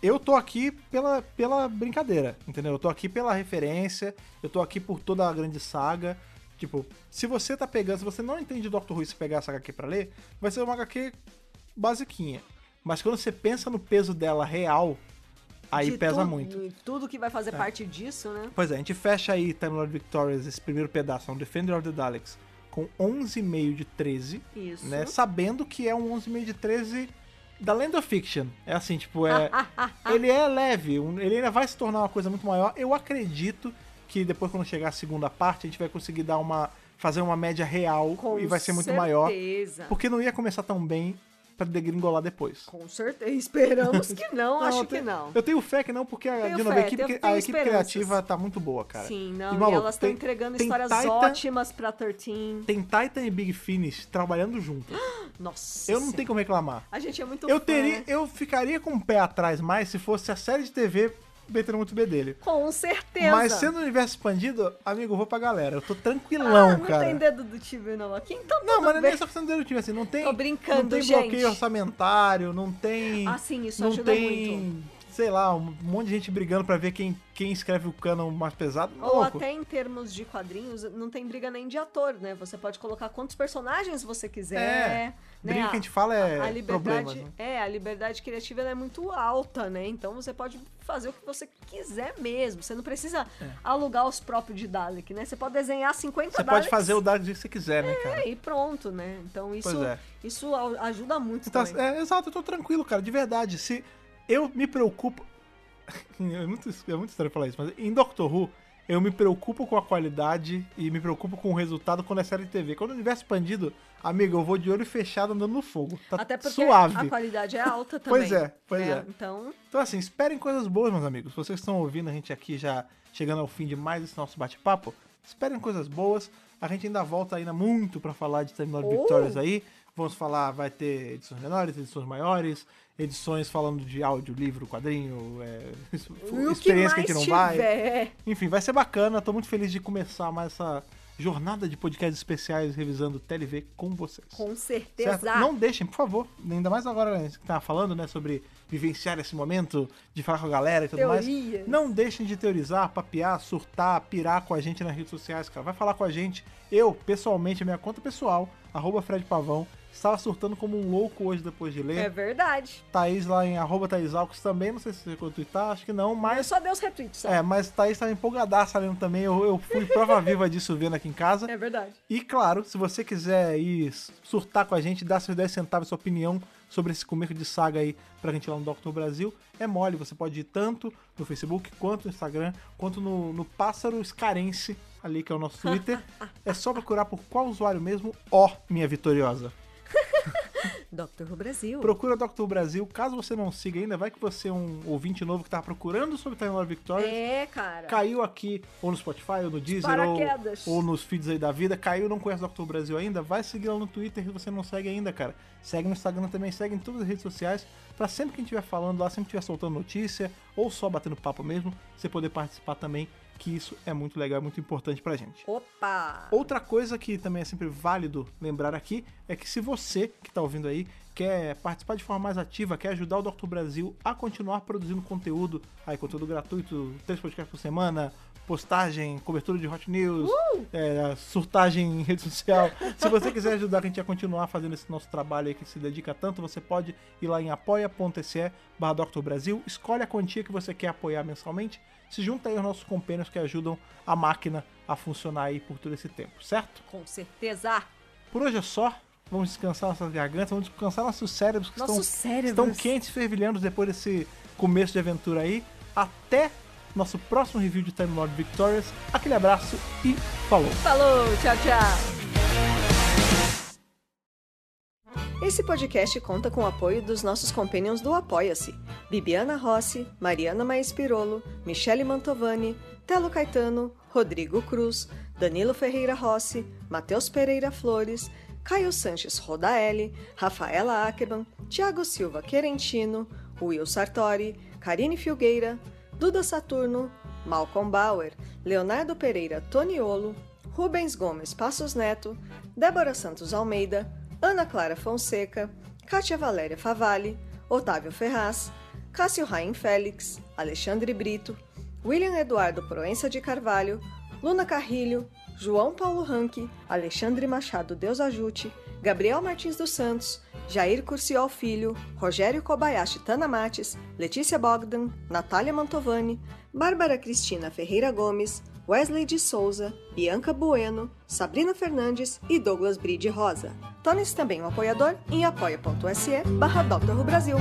eu tô aqui pela, pela brincadeira, entendeu? Eu tô aqui pela referência, eu tô aqui por toda a grande saga. Tipo, se você tá pegando, se você não entende Dr. Who e se pegar essa HQ pra ler, vai ser uma HQ basiquinha. Mas quando você pensa no peso dela real, aí
De
pesa
tudo-
muito. É.
Tudo que vai fazer parte disso, né?
Pois é, a gente fecha aí Time Lord Victorious, esse primeiro pedaço, é um Defender of the Daleks, com 11,5 de 13.
Isso.
Né? Sabendo que é um 11,5 de 13 da Land of Fiction. É assim, tipo,
[laughs]
é. ele é leve, um- ele ainda vai se tornar uma coisa muito maior. Eu acredito que depois, quando chegar a segunda parte, a gente vai conseguir dar uma. fazer uma média real
Com
e vai ser muito
certeza.
maior. Porque não ia começar tão bem pra degringolar depois.
Com certeza. Esperamos
[laughs]
que não, acho
eu
que
tenho-
não.
Eu tenho fé que não, porque a,
Tenho
de novo,
fé,
a equipe,
tenho-
a
tenho
equipe
esperanças.
criativa tá muito boa, cara.
Sim, não. E,
maluco,
elas estão
tem-
entregando
tem
histórias
Titan-
ótimas pra 13.
Tem Titan e Big Finish trabalhando juntos.
Nossa.
Eu não
Senhora.
tenho como reclamar.
A gente é muito
Eu
fã,
teria,
né?
eu ficaria com o pé atrás mais se fosse a série de TV metendo muito B dele.
Com certeza.
Mas sendo o universo expandido, amigo, eu vou pra galera. Eu tô tranquilão,
ah, não
cara.
tem dedo do time não aqui, então
Não,
tudo
mas não é
bem.
nem só questão do time, assim, não tem.
Tô brincando,
não tem
gente.
bloqueio orçamentário, não tem.
Ah, sim, isso
não
ajuda
tem,
muito.
Sei lá, um monte de gente brigando pra ver quem, quem escreve o canon mais pesado.
Ou
Louco.
até em termos de quadrinhos, não tem briga nem de ator, né? Você pode colocar quantos personagens você quiser.
É.
né?
Briga que a gente fala é
a liberdade,
problemas, né?
É, a liberdade criativa ela é muito alta, né? Então você pode fazer o que você quiser mesmo. Você não precisa alugar os próprios de Dalek, né? Você pode desenhar 50
É. Você
Daleks
pode fazer o dado que você quiser, né, cara?
é, e pronto, né? Então isso,
Pois é.
isso a- ajuda muito
Tá-
também.
é, exato, eu tô tranquilo, cara, de verdade. Se eu me preocupo. [laughs] É muito, é muito estranho falar isso, mas em Doctor Who, eu me preocupo com a qualidade e me preocupo com o resultado quando é série de TV. Quando o universo expandido, amigo, eu vou de olho fechado andando no fogo. Tá
Até porque a
suave.
qualidade é alta também.
Pois é, pois é.
Então,
Então, assim, esperem coisas boas, meus amigos. Vocês que estão ouvindo a gente aqui já chegando ao fim de mais esse nosso bate-papo. Esperem coisas boas. A gente ainda volta ainda muito pra falar de Terminal de
Oh!
Victórias aí. Vamos falar, vai ter edições menores, edições maiores, edições falando de áudio, livro, quadrinho, é, [laughs]
e o que mais
experiência que, a gente não vai.
tiver.
Enfim, vai ser bacana. Tô muito feliz de começar mais essa jornada de podcasts especiais revisando TLV com vocês.
Com certeza.
Certo? Não deixem, por favor. Ainda mais agora né, que tá falando, né, sobre vivenciar esse momento, de falar com a galera e tudo mais.
Teorias.
Não deixem de teorizar, papear, surtar, pirar com a gente nas redes sociais, cara. Vai falar com a gente. Eu, pessoalmente, a minha conta pessoal, arroba Fred Pavão, estava surtando como um louco hoje depois de
É
ler.
verdade.
Thaís lá em arroba Thaís Alcos também, não sei se você chegou a twittar, acho que não,
Eu
mas...
só dei os retweets, sabe?
É, mas Thaís tava empolgadaça lendo também, eu, eu fui prova [laughs] viva disso vendo aqui em casa.
É verdade.
E claro, se você quiser ir surtar com a gente, dar seus 10 centavos, sua opinião sobre esse começo de saga aí pra gente lá no Doctor Brasil, é mole. Você pode ir tanto no Facebook, quanto no Instagram, quanto no, no Pássaro Escarense, ali que é o nosso Twitter. é só procurar por qual usuário mesmo? Ó, minha vitoriosa.
Dr. Who Brasil.
Procura Doctor Brasil, caso você não siga ainda, vai que você é um ouvinte novo que tá procurando sobre Time Lord Victoria
É, cara.
caiu aqui, ou no Spotify, ou no Deezer,
paraquedas.
ou, ou nos feeds aí da vida, caiu, não conhece o Dr. Brasil ainda, vai seguir lá no Twitter se você não segue ainda, cara. Segue no Instagram também, segue em todas as redes sociais, pra sempre que a gente estiver falando lá, sempre que estiver soltando notícia, ou só batendo papo mesmo, você poder participar também, que isso é muito legal, é muito importante pra gente.
Opa!
Outra coisa que também é sempre válido lembrar aqui é que se você que está ouvindo aí quer participar de forma mais ativa, quer ajudar o Dr. Brasil a continuar produzindo conteúdo, aí conteúdo gratuito, três podcasts por semana, postagem, cobertura de hot news, é, surtagem em rede social. se você quiser ajudar a gente a continuar fazendo esse nosso trabalho aí que se dedica tanto, você pode ir lá em apoia.se barra Dr. Brasil, escolhe a quantia que você quer apoiar mensalmente, se junta aí aos nossos companheiros que ajudam a máquina a funcionar aí por todo esse tempo, certo?
Com certeza.
Por hoje é só. Vamos descansar nossas gargantas, vamos descansar nossos cérebros que
Nossos
estão,
cérebros.
estão quentes, fervilhando depois desse começo de aventura aí. Até nosso próximo review de Time Lord Victorious. Aquele abraço e falou!
Falou, tchau, tchau. Esse podcast conta com o apoio dos nossos companions do Apoia-se: Bibiana Rossi, Mariana Maes Pirolo, Michele Mantovani, Telo Caetano, Rodrigo Cruz, Danilo Ferreira Rossi, Matheus Pereira Flores, Caio Sanches Rodaelli, Rafaela Ackerman, Tiago Silva Querentino, Will Sartori, Karine Filgueira, Duda Saturno, Malcolm Bauer, Leonardo Pereira Toniolo, Rubens Gomes Passos Neto, Débora Santos Almeida, Ana Clara Fonseca, Kátia Valéria Favalli, Otávio Ferraz, Cássio Raim Félix, Alexandre Brito, William Eduardo Proença de Carvalho, Luna Carrilho, João Paulo Ranque, Alexandre Machado Deus Ajute, Gabriel Martins dos Santos, Jair Curciol Filho, Rogério Kobayashi Tanamates, Letícia Bogdan, Natália Mantovani, Bárbara Cristina Ferreira Gomes, Wesley de Souza, Bianca Bueno, Sabrina Fernandes e Douglas Bride Rosa. Torne-se também um apoiador em apoia.se barra Dr. Who Brasil.